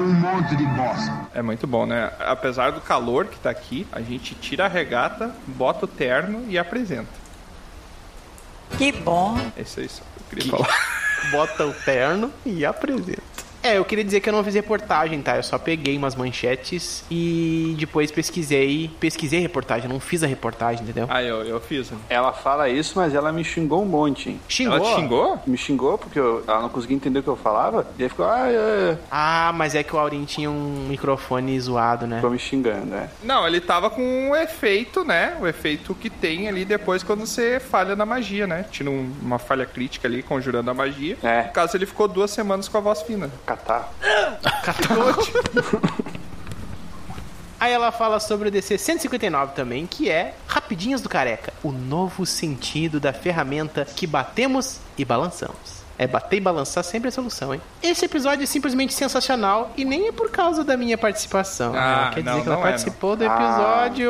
Speaker 6: Um monte de bosta.
Speaker 3: É muito bom, né? Apesar do calor que tá aqui, a gente tira a regata, bota o terno e apresenta.
Speaker 11: Que bom.
Speaker 3: É isso aí só que eu queria falar.
Speaker 2: Bota o terno e apresenta. É, eu queria dizer que eu não fiz reportagem, tá? Eu só peguei umas manchetes e depois pesquisei. Pesquisei reportagem, eu não fiz a reportagem, entendeu?
Speaker 3: Ah, eu, eu fiz. né?
Speaker 1: Ela fala isso, mas ela me xingou um monte, hein?
Speaker 2: Xingou?
Speaker 3: Ela te xingou?
Speaker 1: Me xingou porque eu- ela não conseguia entender o que eu falava. E aí ficou, ah, é, é",
Speaker 2: Ah, mas é que o Aurim tinha um microfone zoado, né?
Speaker 1: ficou me xingando, né?
Speaker 3: Não, ele tava com um efeito, né? O efeito que tem ali depois quando você falha na magia, né? Tira um- uma falha crítica ali, conjurando a magia.
Speaker 1: É.
Speaker 3: No caso, ele ficou duas semanas com a voz fina.
Speaker 1: Catarro.
Speaker 2: Aí ela fala sobre o DC 159 também, que é Rapidinhas do Careca, o novo sentido da ferramenta que batemos e balançamos. É bater e balançar sempre é a solução, hein? Esse episódio é simplesmente sensacional e nem é por causa da minha participação. né?
Speaker 3: Ah,
Speaker 2: Quer
Speaker 3: não,
Speaker 2: dizer que ela
Speaker 3: não é,
Speaker 2: participou do episódio.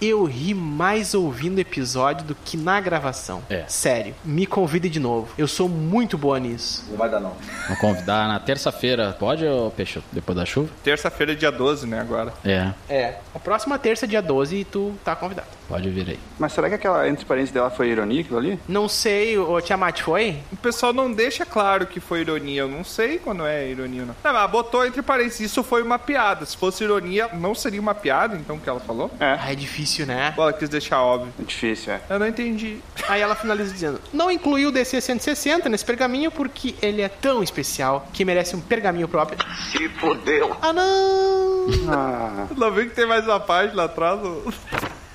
Speaker 2: Eu ri mais ouvindo o episódio do que na gravação.
Speaker 4: É.
Speaker 2: Sério, me convide de novo. Eu sou muito boa nisso.
Speaker 11: Não vai dar, não.
Speaker 4: Vou convidar na terça-feira. Pode, ô Peixoto? Depois da chuva?
Speaker 3: Terça-feira, dia 12, né? Agora.
Speaker 4: É,
Speaker 2: É, a próxima terça, dia 12, tu tá convidado.
Speaker 4: pode vir aí.
Speaker 1: Mas será que aquela entre parênteses dela foi ironia aquilo ali?
Speaker 2: Não sei, ô Tiamat, foi?
Speaker 3: O pessoal não deixa claro que foi ironia. Eu não sei quando é ironia ou não. Não, mas botou entre parênteses. Isso foi uma piada. Se fosse ironia, não seria uma piada, então, que ela falou?
Speaker 2: Ah, é difícil, né?
Speaker 3: Ou ela quis deixar óbvio.
Speaker 1: É difícil, é. <laughs>
Speaker 3: Eu não entendi. <laughs>
Speaker 2: Aí ela finaliza dizendo: Não incluiu o DC 160 nesse pergaminho porque ele é tão especial que merece um pergaminho próprio.
Speaker 7: Se fudeu.
Speaker 2: Ah, não!
Speaker 1: Ah,
Speaker 3: Não vi que tem mais uma página atrás. ô.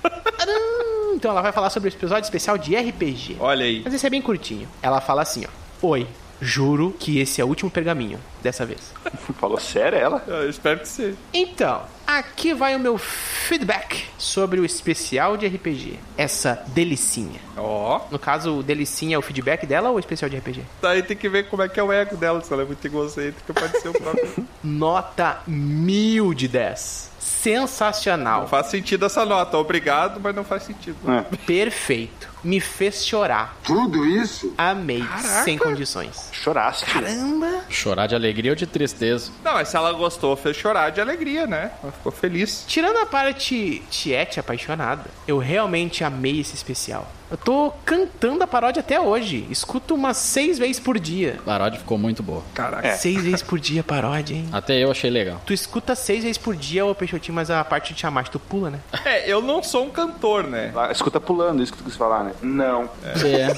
Speaker 2: Ah, não! Então ela vai falar sobre o episódio especial de RPG.
Speaker 3: Olha aí.
Speaker 2: Mas esse é bem curtinho. Ela fala assim: ó, Oi, juro que esse é o último pergaminho, dessa vez.
Speaker 1: falou sério ela?
Speaker 3: Eu espero que sim.
Speaker 2: Então, aqui vai o meu feedback sobre o especial de RPG. Essa delicinha.
Speaker 3: Ó.
Speaker 2: No caso, o delicinha é o feedback dela ou o especial de RPG?
Speaker 3: Daí tem que ver como é que é o ego dela, se ela é muito egocêntrica, pode ser o <laughs> próprio.
Speaker 2: Nota mil de 10. Sensacional.
Speaker 3: não <laughs> faz sentido essa nota, obrigado, mas não faz sentido.
Speaker 1: É.
Speaker 2: Perfeito. Me fez chorar.
Speaker 6: Tudo isso?
Speaker 2: Amei. Sem condições.
Speaker 1: Choraste.
Speaker 2: Caramba!
Speaker 4: Chorar de alegria ou de tristeza?
Speaker 3: Não, mas se ela gostou, fez chorar de alegria, né? Ela ficou feliz.
Speaker 2: Tirando a parte Tiete apaixonada, eu realmente amei esse especial. Eu tô cantando a paródia até hoje. Escuto umas seis vezes por dia.
Speaker 4: Paródia ficou muito boa.
Speaker 3: Caraca.
Speaker 2: Seis vezes por dia a paródia, hein?
Speaker 4: Até eu achei legal.
Speaker 2: Tu escuta seis vezes por dia, ô Peixotinho, mas a parte de chamar tu pula, né?
Speaker 3: É, eu não sou um cantor, né?
Speaker 1: Lá, Escuta pulando isso que tu quis falar, né? Não.
Speaker 4: É.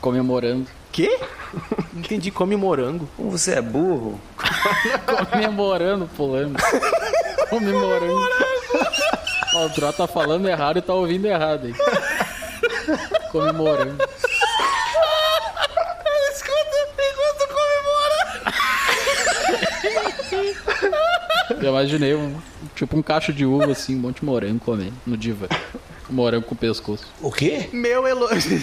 Speaker 4: Comemorando.
Speaker 2: Quê? Entendi, come morango.
Speaker 11: Você é burro?
Speaker 4: Comemorando, pulando. Comemorando. Ó, o Dro tá falando errado e tá ouvindo errado, hein? Comemorando. Eu imaginei um, tipo um cacho de uva assim, um monte de morango comendo no diva. Morango com o pescoço.
Speaker 9: O quê?
Speaker 2: Meu elogio.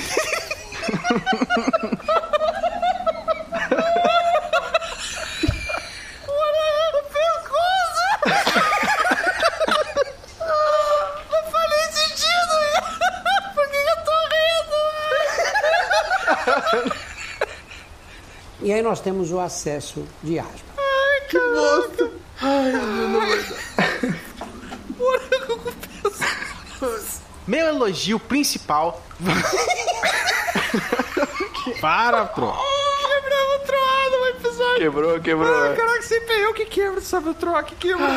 Speaker 12: E aí nós temos o acesso de asma.
Speaker 2: Meu elogio principal.
Speaker 4: Para, pro.
Speaker 3: Quebrava o troado no episódio.
Speaker 1: Quebrou, quebrou.
Speaker 3: Ah, caraca, sempre é eu que quebro, sabe? O troar que quebra.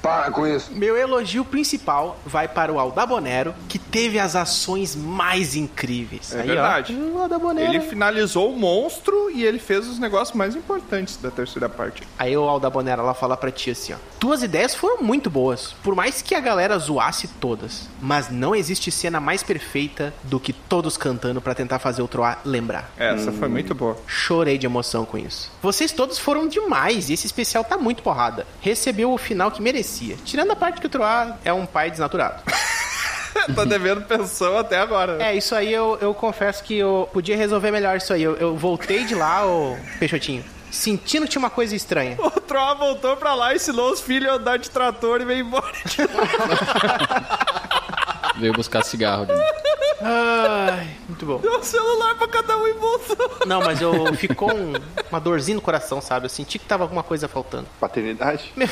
Speaker 6: Para com isso.
Speaker 2: Meu elogio principal vai para o Aldabonero, que teve as ações mais incríveis.
Speaker 3: É verdade.
Speaker 2: Ó, o Aldabonero.
Speaker 3: Ele finalizou o monstro e ele fez os negócios mais importantes da terceira parte.
Speaker 2: Aí o Aldabonero ela fala pra ti assim, ó. Tuas ideias foram muito boas, por mais que a galera zoasse todas. Mas não existe cena mais perfeita do que todos cantando pra tentar fazer o Troar lembrar.
Speaker 3: Essa foi muito boa.
Speaker 2: Chorei de emoção com isso. Vocês todos foram demais e esse especial tá muito porrada. Recebeu o final que merecia. Tirando a parte que o Troar é um pai desnaturado.
Speaker 3: tá devendo pensão até agora. né?
Speaker 2: É, isso aí eu, eu confesso que eu podia resolver melhor isso aí. Eu, eu voltei de lá, ô Peixotinho, sentindo que tinha uma coisa estranha.
Speaker 3: O Troa voltou pra lá, ensinou os filhos a andar de trator e veio embora.
Speaker 4: Veio buscar cigarro.
Speaker 2: Ai, muito bom.
Speaker 3: Deu um celular pra cada um e voltou.
Speaker 2: Não, mas eu ficou um- uma dorzinha no coração, sabe? Eu senti que tava alguma coisa faltando.
Speaker 1: Paternidade?
Speaker 2: Meu-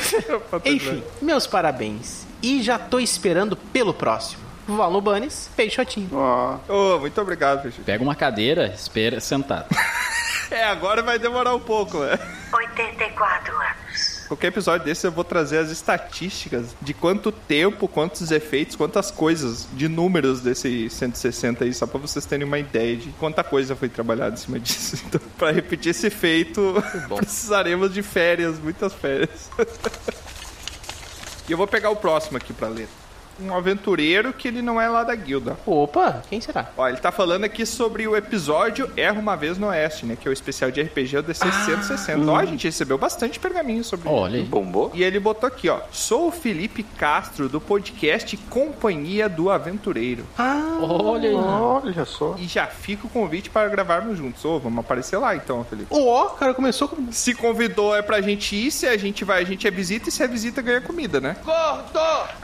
Speaker 2: Enfim, meus parabéns. E já tô esperando pelo próximo. Valor Banes, Peixotinho.
Speaker 1: Ó.
Speaker 3: Ô, muito obrigado, Peixe.
Speaker 4: Pega uma cadeira, espera sentado.
Speaker 3: É, agora vai demorar um pouco, né?
Speaker 11: 84 anos.
Speaker 3: Qualquer episódio desse eu vou trazer as estatísticas de quanto tempo, quantos efeitos, quantas coisas de números desse 160 aí, só pra vocês terem uma ideia de quanta coisa foi trabalhada em cima disso. <laughs> Então, pra repetir esse feito, precisaremos de férias, muitas férias. e eu vou pegar o próximo aqui pra ler. Um aventureiro que ele não é lá da guilda.
Speaker 2: Opa, quem será?
Speaker 3: Ó, ele tá falando aqui sobre o episódio Erra Uma Vez no Oeste, né? Que é o especial de RPG do DC 160. Ó, a gente recebeu bastante pergaminho sobre
Speaker 4: Olha aí.
Speaker 3: Bombou. E ele botou aqui, ó. Sou o Felipe Castro, do podcast Companhia do Aventureiro.
Speaker 2: Ah,
Speaker 4: olha aí.
Speaker 1: Olha só.
Speaker 3: E já fica o convite para gravarmos juntos. Ô, vamos aparecer lá então, Felipe.
Speaker 2: Ó, cara, começou com...
Speaker 3: Se convidou é pra gente ir, se a gente vai, a gente é visita, e se é visita, ganha comida, né?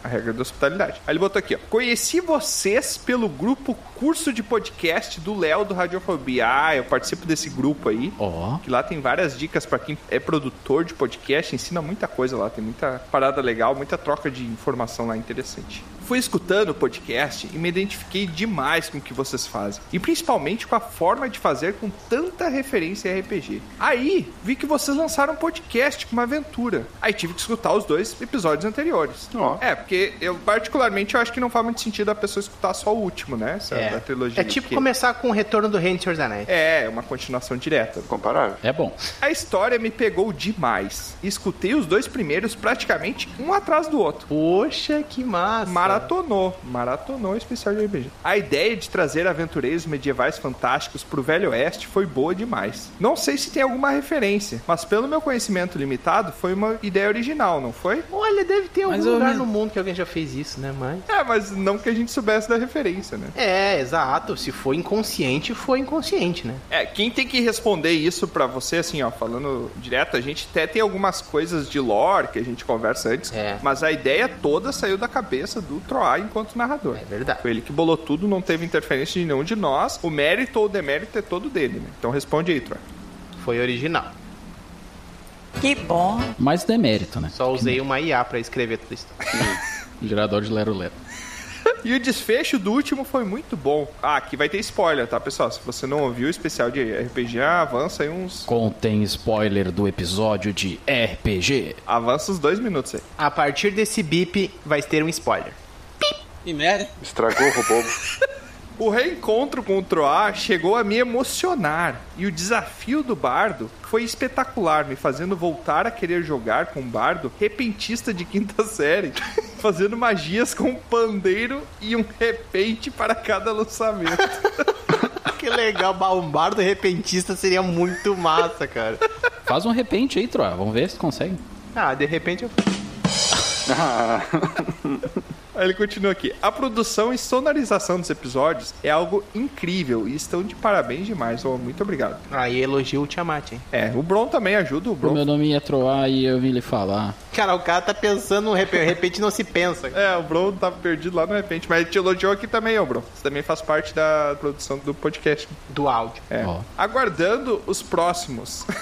Speaker 3: A regra da hospitalidade. Aí ele botou aqui, ó. Conheci vocês pelo grupo Curso de Podcast do Léo do Radiofobia. Ah, eu participo desse grupo aí.
Speaker 4: Ó.
Speaker 3: Que lá tem várias dicas pra quem é produtor de podcast, ensina muita coisa lá, tem muita parada legal, muita troca de informação lá interessante. Fui escutando o podcast e me identifiquei demais com o que vocês fazem, e principalmente com a forma de fazer com tanta referência a RPG. Aí, vi que vocês lançaram um podcast com uma aventura. Aí tive que escutar os dois episódios anteriores.
Speaker 1: Ó.
Speaker 3: É, porque eu particularmente eu acho que não faz muito sentido a pessoa escutar só o último, né? Essa
Speaker 2: É.
Speaker 3: da trilogia.
Speaker 2: É tipo
Speaker 3: porque-
Speaker 2: começar com o retorno do Rei dos Senhores dos Anéis.
Speaker 3: É, é uma continuação direta.
Speaker 1: Comparável.
Speaker 4: É bom.
Speaker 3: A história me pegou demais. Escutei os dois primeiros praticamente um atrás do outro.
Speaker 2: Poxa, que massa.
Speaker 3: Maratonou. Maratonou o especial de RPG. A ideia de trazer aventureiros medievais fantásticos pro Velho Oeste foi boa demais. Não sei se tem alguma referência, mas pelo meu conhecimento limitado, foi uma ideia original, não foi?
Speaker 2: Olha, deve ter algum
Speaker 4: Mais ou
Speaker 2: lugar
Speaker 4: menos.
Speaker 2: no mundo que alguém já fez isso, né, mas...
Speaker 3: É, mas não que a gente soubesse da referência, né?
Speaker 2: É, exato. Se foi inconsciente, foi inconsciente, né?
Speaker 3: É, quem tem que responder isso pra você, assim, ó, falando direto, a gente até tem algumas coisas de lore que a gente conversa antes,
Speaker 2: É.
Speaker 3: mas a ideia toda saiu da cabeça do Troá enquanto narrador.
Speaker 2: É verdade.
Speaker 3: Foi ele que bolou tudo, não teve interferência de nenhum de nós. O mérito ou o demérito é todo dele, né? Então responde
Speaker 2: <laughs>
Speaker 3: aí, Troá.
Speaker 2: Foi original.
Speaker 11: Que bom.
Speaker 4: Mais demérito, né?
Speaker 2: Só usei uma IA pra escrever tudo isso.
Speaker 4: O gerador de Lero Lero.
Speaker 3: E o desfecho do último foi muito bom. Ah, aqui vai ter spoiler, tá, pessoal? Se você não ouviu o especial de RPG, avança aí uns.
Speaker 4: Contém spoiler do episódio de RPG.
Speaker 3: Avança uns dois minutos aí.
Speaker 2: A partir desse bip, vai ter um spoiler.
Speaker 13: Que merda.
Speaker 1: Estragou o robô.
Speaker 3: O reencontro com o Troá chegou a me emocionar, e o desafio do bardo foi espetacular, me fazendo voltar a querer jogar com o bardo repentista de quinta <laughs> série, fazendo magias com um pandeiro e um repente para cada lançamento.
Speaker 2: <laughs> Que legal, Balbardo repentista seria muito massa, cara.
Speaker 4: Faz um repente aí, Troa. Vamos ver se tu consegue.
Speaker 2: Ah, de repente eu.
Speaker 1: Ah,
Speaker 3: Aí ele continua aqui. A produção e sonorização dos episódios é algo incrível e estão de parabéns demais. Oh, muito obrigado.
Speaker 2: Aí elogio o Tiamat, hein?
Speaker 3: É, o Bron também ajuda o
Speaker 4: O
Speaker 3: Bron.
Speaker 4: meu nome é Troa e eu vim lhe falar.
Speaker 2: Cara, o cara tá pensando, de repente não se pensa.
Speaker 3: É, o Bro tá perdido lá no repente, mas ele te elogiou aqui também, ô Bro. Você também faz parte da produção do podcast.
Speaker 2: Do áudio.
Speaker 3: É.
Speaker 4: Ó.
Speaker 3: Aguardando os próximos. <laughs>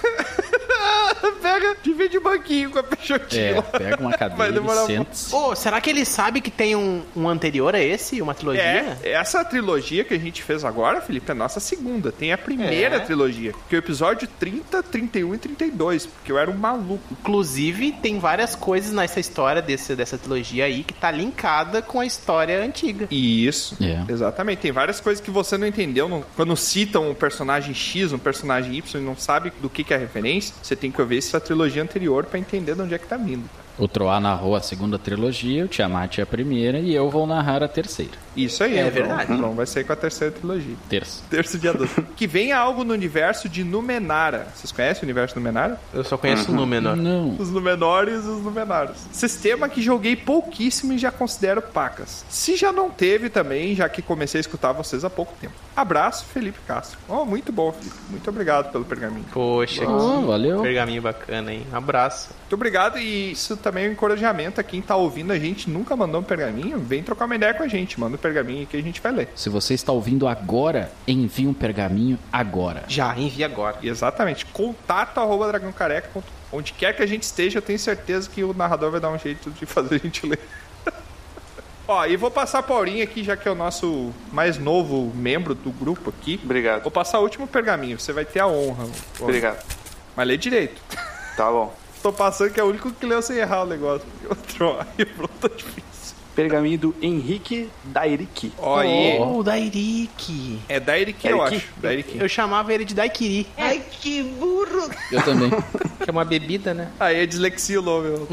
Speaker 3: Pega, divide o banquinho com a
Speaker 4: É,
Speaker 3: Peixotinho. <laughs>
Speaker 4: pega uma
Speaker 3: Vai
Speaker 4: cadeira
Speaker 3: demorar
Speaker 4: e
Speaker 3: um
Speaker 4: senta-se.
Speaker 2: Ô, será que ele sabe que tem um, um anterior a esse? Uma trilogia?
Speaker 3: É, essa trilogia que a gente fez agora, Felipe, é a nossa segunda. Tem a primeira
Speaker 2: É.
Speaker 3: trilogia, que é o episódio 30, 31 e 32, porque eu era um maluco.
Speaker 2: Inclusive, tem várias coisas nessa história desse, dessa trilogia aí que tá linkada com a história antiga.
Speaker 3: Isso.
Speaker 4: É.
Speaker 3: Exatamente. Tem várias coisas que você não entendeu. não- Quando citam um personagem X, um personagem Y e não sabe do que, que é a referência, você tem que ouvir essa trilogia anterior pra entender de onde é que tá vindo.
Speaker 4: O Troa narrou a segunda trilogia, o Tiamat é a primeira e eu vou narrar a terceira.
Speaker 3: Isso aí,
Speaker 2: É
Speaker 3: Bron.
Speaker 2: verdade.
Speaker 3: Bron vai sair com a terceira trilogia.
Speaker 4: Terça.
Speaker 3: Terço dia <laughs> 12. que venha algo no universo de Numenara. Vocês conhecem o universo Numenara?
Speaker 2: Eu só conheço um né? o
Speaker 3: Tá.
Speaker 2: Númenor.
Speaker 4: Não.
Speaker 3: Os Numenores e os Numenaros. Sistema que joguei pouquíssimo e já considero pacas. Se já não teve também, já que comecei a escutar vocês há pouco tempo. Abraço, Felipe Castro. Oh, muito bom, Felipe. Muito obrigado pelo pergaminho.
Speaker 2: Poxa,
Speaker 4: Ah,
Speaker 2: que
Speaker 4: valeu.
Speaker 2: pergaminho bacana, hein? Abraço.
Speaker 3: Muito obrigado e isso também é um encorajamento a quem tá ouvindo a gente, nunca mandou um pergaminho, vem trocar uma ideia com a gente, manda um pergaminho que a gente vai ler.
Speaker 4: Se você está ouvindo agora, envie um pergaminho agora.
Speaker 2: Já, envia agora.
Speaker 3: E exatamente, contato arroba dragãocareca.com. Onde quer que a gente esteja, eu tenho certeza que o narrador vai dar um jeito de fazer a gente ler. <laughs> Ó, e vou passar pra Aurinha aqui, já que é o nosso mais novo membro do grupo aqui.
Speaker 1: Obrigado.
Speaker 3: Vou passar o último pergaminho, você vai ter a honra. Aurinha.
Speaker 1: Obrigado.
Speaker 3: Mas lê direito.
Speaker 1: Tá bom.
Speaker 3: Tô passando que é o único que leu sem errar o negócio. <laughs> porque Outro aí, pronto, tá difícil.
Speaker 1: Pergaminho do Henrique Dairique.
Speaker 3: Ó, aí.
Speaker 2: Oh, Dairique.
Speaker 3: É Dairique, eu acho. Dairique.
Speaker 2: Eu chamava ele de Daikiri.
Speaker 10: Ai, que burro!
Speaker 4: Eu <laughs> também.
Speaker 2: Que <laughs> é uma bebida, né?
Speaker 3: Aí é dislexia o nome. meu.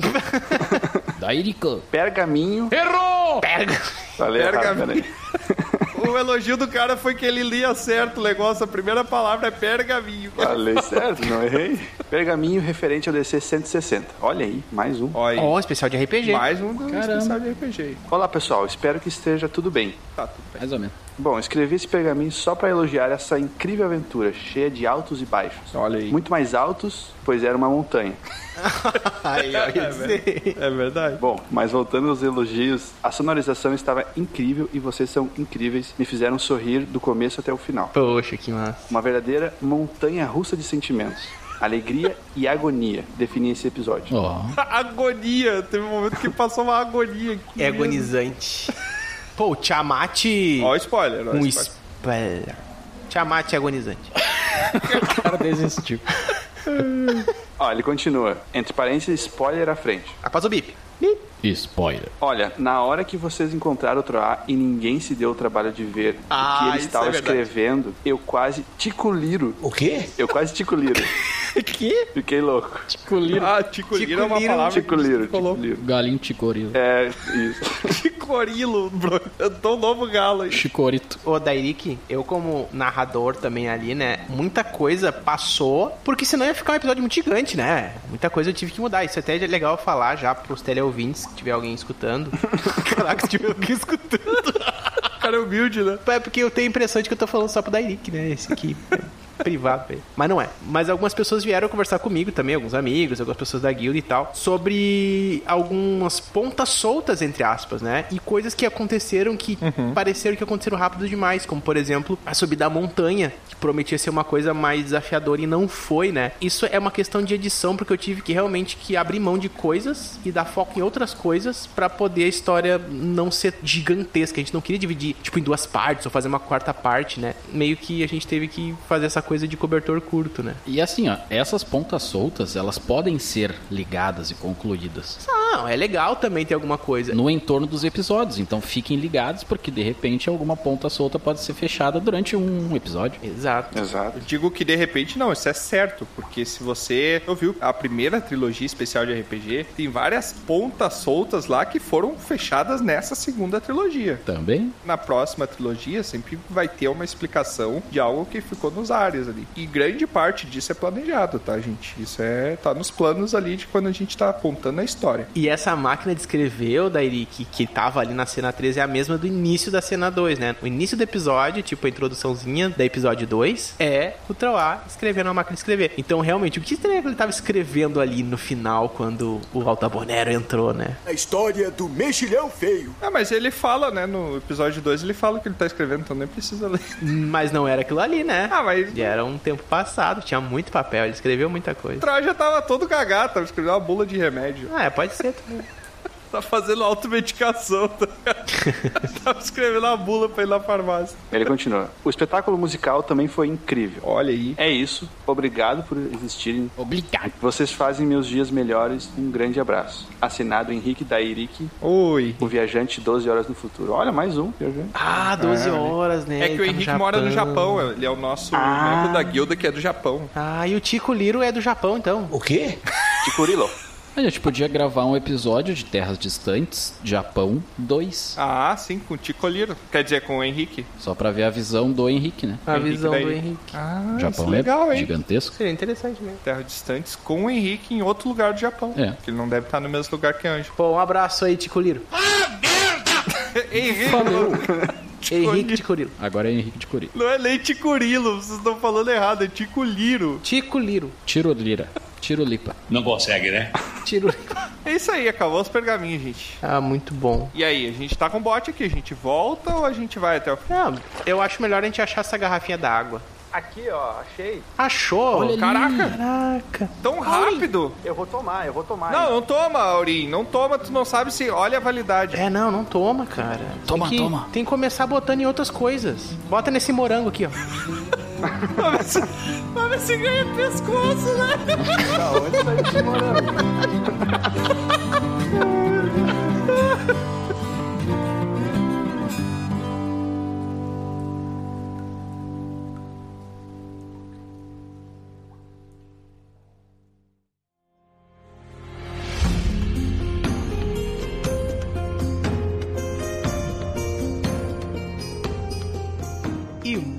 Speaker 4: Dairico.
Speaker 1: Pergaminho.
Speaker 2: Errou! Pega.
Speaker 1: Falei errado, né?
Speaker 3: Pergaminho.
Speaker 1: peraí.
Speaker 3: O elogio do cara foi que ele lia certo o negócio. A primeira palavra é pergaminho.
Speaker 1: Falei certo, não errei. Pergaminho referente ao DC 160. Olha aí, mais um.
Speaker 3: Ó, aí.
Speaker 2: Ó, especial de RPG.
Speaker 3: Mais um do
Speaker 4: Caramba.
Speaker 3: especial de RPG.
Speaker 1: Olá, pessoal. Espero que esteja tudo bem.
Speaker 3: Tá, tudo bem.
Speaker 4: Mais ou menos.
Speaker 1: Bom, escrevi esse pergaminho só para elogiar essa incrível aventura, cheia de altos e baixos.
Speaker 3: Olha aí.
Speaker 1: Muito mais altos, pois era uma montanha.
Speaker 2: Aí, ó, isso aí.
Speaker 3: <laughs> É verdade.
Speaker 1: Bom, mas voltando aos elogios, a sonorização estava incrível e vocês são incríveis. Me fizeram sorrir do começo até o final.
Speaker 2: Poxa, que massa.
Speaker 1: Uma verdadeira montanha russa de sentimentos. Alegria e agonia definem esse episódio.
Speaker 4: Ó.
Speaker 3: A agonia. Teve um momento que passou uma agonia aqui.
Speaker 2: É agonizante. Pô, o Tiamat...
Speaker 3: Ó, o spoiler. Ó,
Speaker 2: um
Speaker 3: spoiler.
Speaker 2: spoiler. Tiamat é agonizante.
Speaker 4: O cara desistiu.
Speaker 1: Ó, ele continua. Entre parênteses, spoiler à frente.
Speaker 2: Após o bip.
Speaker 4: Spoiler.
Speaker 1: Olha, na hora que vocês encontraram o Troá e ninguém se deu o trabalho de ver
Speaker 3: Ah,
Speaker 1: o que
Speaker 3: isso
Speaker 1: ele estava
Speaker 3: é verdade.
Speaker 1: escrevendo, eu quase ticuliro.
Speaker 9: O quê?
Speaker 1: Eu quase
Speaker 3: <laughs>
Speaker 1: ticuliro.
Speaker 4: Que?
Speaker 1: Fiquei louco.
Speaker 4: Ticoliro.
Speaker 3: Ah, ticoliro é uma
Speaker 2: Ticoliro,
Speaker 3: palavra
Speaker 1: Ticuliro,
Speaker 3: que falou.
Speaker 1: ticuliro.
Speaker 4: Galinho ticorilo.
Speaker 1: É,
Speaker 3: <laughs>
Speaker 1: isso.
Speaker 3: Ticorilo, bro. Eu tô um novo galo aí.
Speaker 4: Chicorito.
Speaker 2: Ô, Dairik, eu como narrador também ali, né? Muita coisa passou, porque senão ia ficar um episódio muito gigante, né? Muita coisa eu tive que mudar. Isso até é legal falar já pros teleouvintes, se tiver alguém escutando. Caraca, se tiver alguém escutando.
Speaker 3: O cara é humilde, né?
Speaker 2: É porque eu tenho a impressão de que eu tô falando só pro Dairik, né? Esse aqui. é Privado, velho. Mas não é. Mas algumas pessoas vieram conversar comigo também, alguns amigos, algumas pessoas da guilda e tal, sobre algumas pontas soltas, entre aspas, né? E coisas que aconteceram que pareceram que aconteceram rápido demais, como por exemplo a subida da montanha, que prometia ser uma coisa mais desafiadora e não foi, né? Isso é uma questão de edição, porque eu tive que realmente que abrir mão de coisas e dar foco em outras coisas pra poder a história não ser gigantesca. A gente não queria dividir, tipo, em duas partes ou fazer uma quarta parte, né? Meio que a gente teve que fazer essa coisa de cobertor curto, né?
Speaker 4: E assim, ó, essas pontas soltas, elas podem ser ligadas e concluídas
Speaker 2: Não, é legal também ter alguma coisa.
Speaker 4: no entorno dos episódios. Então fiquem ligados, porque de repente alguma ponta solta pode ser fechada durante um episódio.
Speaker 2: Exato.
Speaker 1: Exato.
Speaker 3: Eu digo que de repente não, isso é certo, porque se você ouviu a primeira trilogia especial de RPG, tem várias pontas soltas lá que foram fechadas nessa segunda trilogia.
Speaker 4: Também.
Speaker 3: Na próxima trilogia sempre vai ter uma explicação de algo que ficou nos ares ali. E grande parte disso é planejado, tá, gente? Isso é tá nos planos ali de quando a gente tá apontando a história.
Speaker 2: E essa máquina de escrever, o Dairik, que tava ali na cena 3, é a mesma do início da cena 2, né? O início do episódio, tipo a introduçãozinha da episódio 2, é o Troá escrevendo a máquina de escrever. Então, realmente, o que estranho é que ele tava escrevendo ali no final, quando o Altabonero entrou, né?
Speaker 13: A história do mexilhão feio.
Speaker 3: Ah, mas ele fala, né, no episódio 2, ele fala o que ele tá escrevendo, então nem precisa ler. <laughs>
Speaker 2: Mas não era aquilo ali, né?
Speaker 3: Ah, mas
Speaker 2: E era um tempo passado, tinha muito papel, ele escreveu muita
Speaker 3: o
Speaker 2: coisa.
Speaker 3: Troy já tava todo cagado, tava escrevendo uma bula de remédio.
Speaker 2: Ah, é, pode ser também.
Speaker 3: Tá fazendo automedicação, tá ligado? <laughs> Tava escrevendo a bula pra ir na farmácia.
Speaker 1: Ele continua. O espetáculo musical também foi incrível.
Speaker 3: Olha aí.
Speaker 1: É isso. Obrigado por existirem.
Speaker 4: Obrigado.
Speaker 1: Vocês fazem meus dias melhores. Um grande abraço. Assinado Henrique Dairique,
Speaker 3: Oi.
Speaker 1: o viajante 12 horas no futuro. Olha, mais um viajante.
Speaker 2: Ah, 12 horas, né?
Speaker 3: É que
Speaker 2: Ele
Speaker 3: o
Speaker 2: tá
Speaker 3: Henrique mora no Japão, ele é o nosso membro da guilda que é do Japão.
Speaker 2: Ah, e o Tico Liro é do Japão, então.
Speaker 9: O quê?
Speaker 1: Ticurilo.
Speaker 4: A gente podia gravar um episódio de Terras Distantes, Japão 2.
Speaker 3: Ah, sim, com o Tico Liro. Quer dizer, com o Henrique.
Speaker 4: Só pra ver a visão do Henrique, né?
Speaker 2: A
Speaker 3: Henrique
Speaker 2: visão
Speaker 3: daí.
Speaker 2: do Henrique.
Speaker 3: Ah,
Speaker 4: O
Speaker 3: isso
Speaker 4: Japão
Speaker 3: é legal,
Speaker 4: é
Speaker 3: hein?
Speaker 4: gigantesco.
Speaker 2: Seria interessante né? mesmo.
Speaker 3: Terra distantes com o Henrique em outro lugar do Japão.
Speaker 4: É.
Speaker 3: Que ele não deve estar no mesmo lugar que Anjo.
Speaker 2: Pô, um abraço aí, Tico Liro.
Speaker 3: Henrique,
Speaker 2: Henrique Tico Liro.
Speaker 4: Agora é Henrique de Curi.
Speaker 3: não é nem Ticorilo, vocês estão falando errado, é Tico Liro.
Speaker 2: Tico Liro.
Speaker 4: Tirolira. Tirolipa.
Speaker 2: Tiro.
Speaker 3: É isso aí, acabou os pergaminhos, gente.
Speaker 2: <laughs> ah, muito bom.
Speaker 3: E aí, a gente tá com bot aqui, a gente volta ou a gente vai até o
Speaker 2: Ah, Não, eu acho melhor a gente achar essa garrafinha d'água.
Speaker 1: Aqui, ó, achei.
Speaker 2: Achou?
Speaker 1: Olha ali.
Speaker 3: Caraca!
Speaker 2: Caraca!
Speaker 3: Tão rápido!
Speaker 1: Eu vou tomar, eu vou tomar.
Speaker 3: Não, não toma, Aurim. Não toma, tu não sabe se. Olha
Speaker 1: <laughs>
Speaker 3: a validade.
Speaker 2: É, não, não toma, cara.
Speaker 4: Toma,
Speaker 2: tem que,
Speaker 4: toma.
Speaker 2: Tem que começar botando em outras coisas. Bota nesse morango aqui, ó.
Speaker 3: Mas se, mas se ganha pescoço, né?
Speaker 1: Da onde tá esse morango?
Speaker 2: E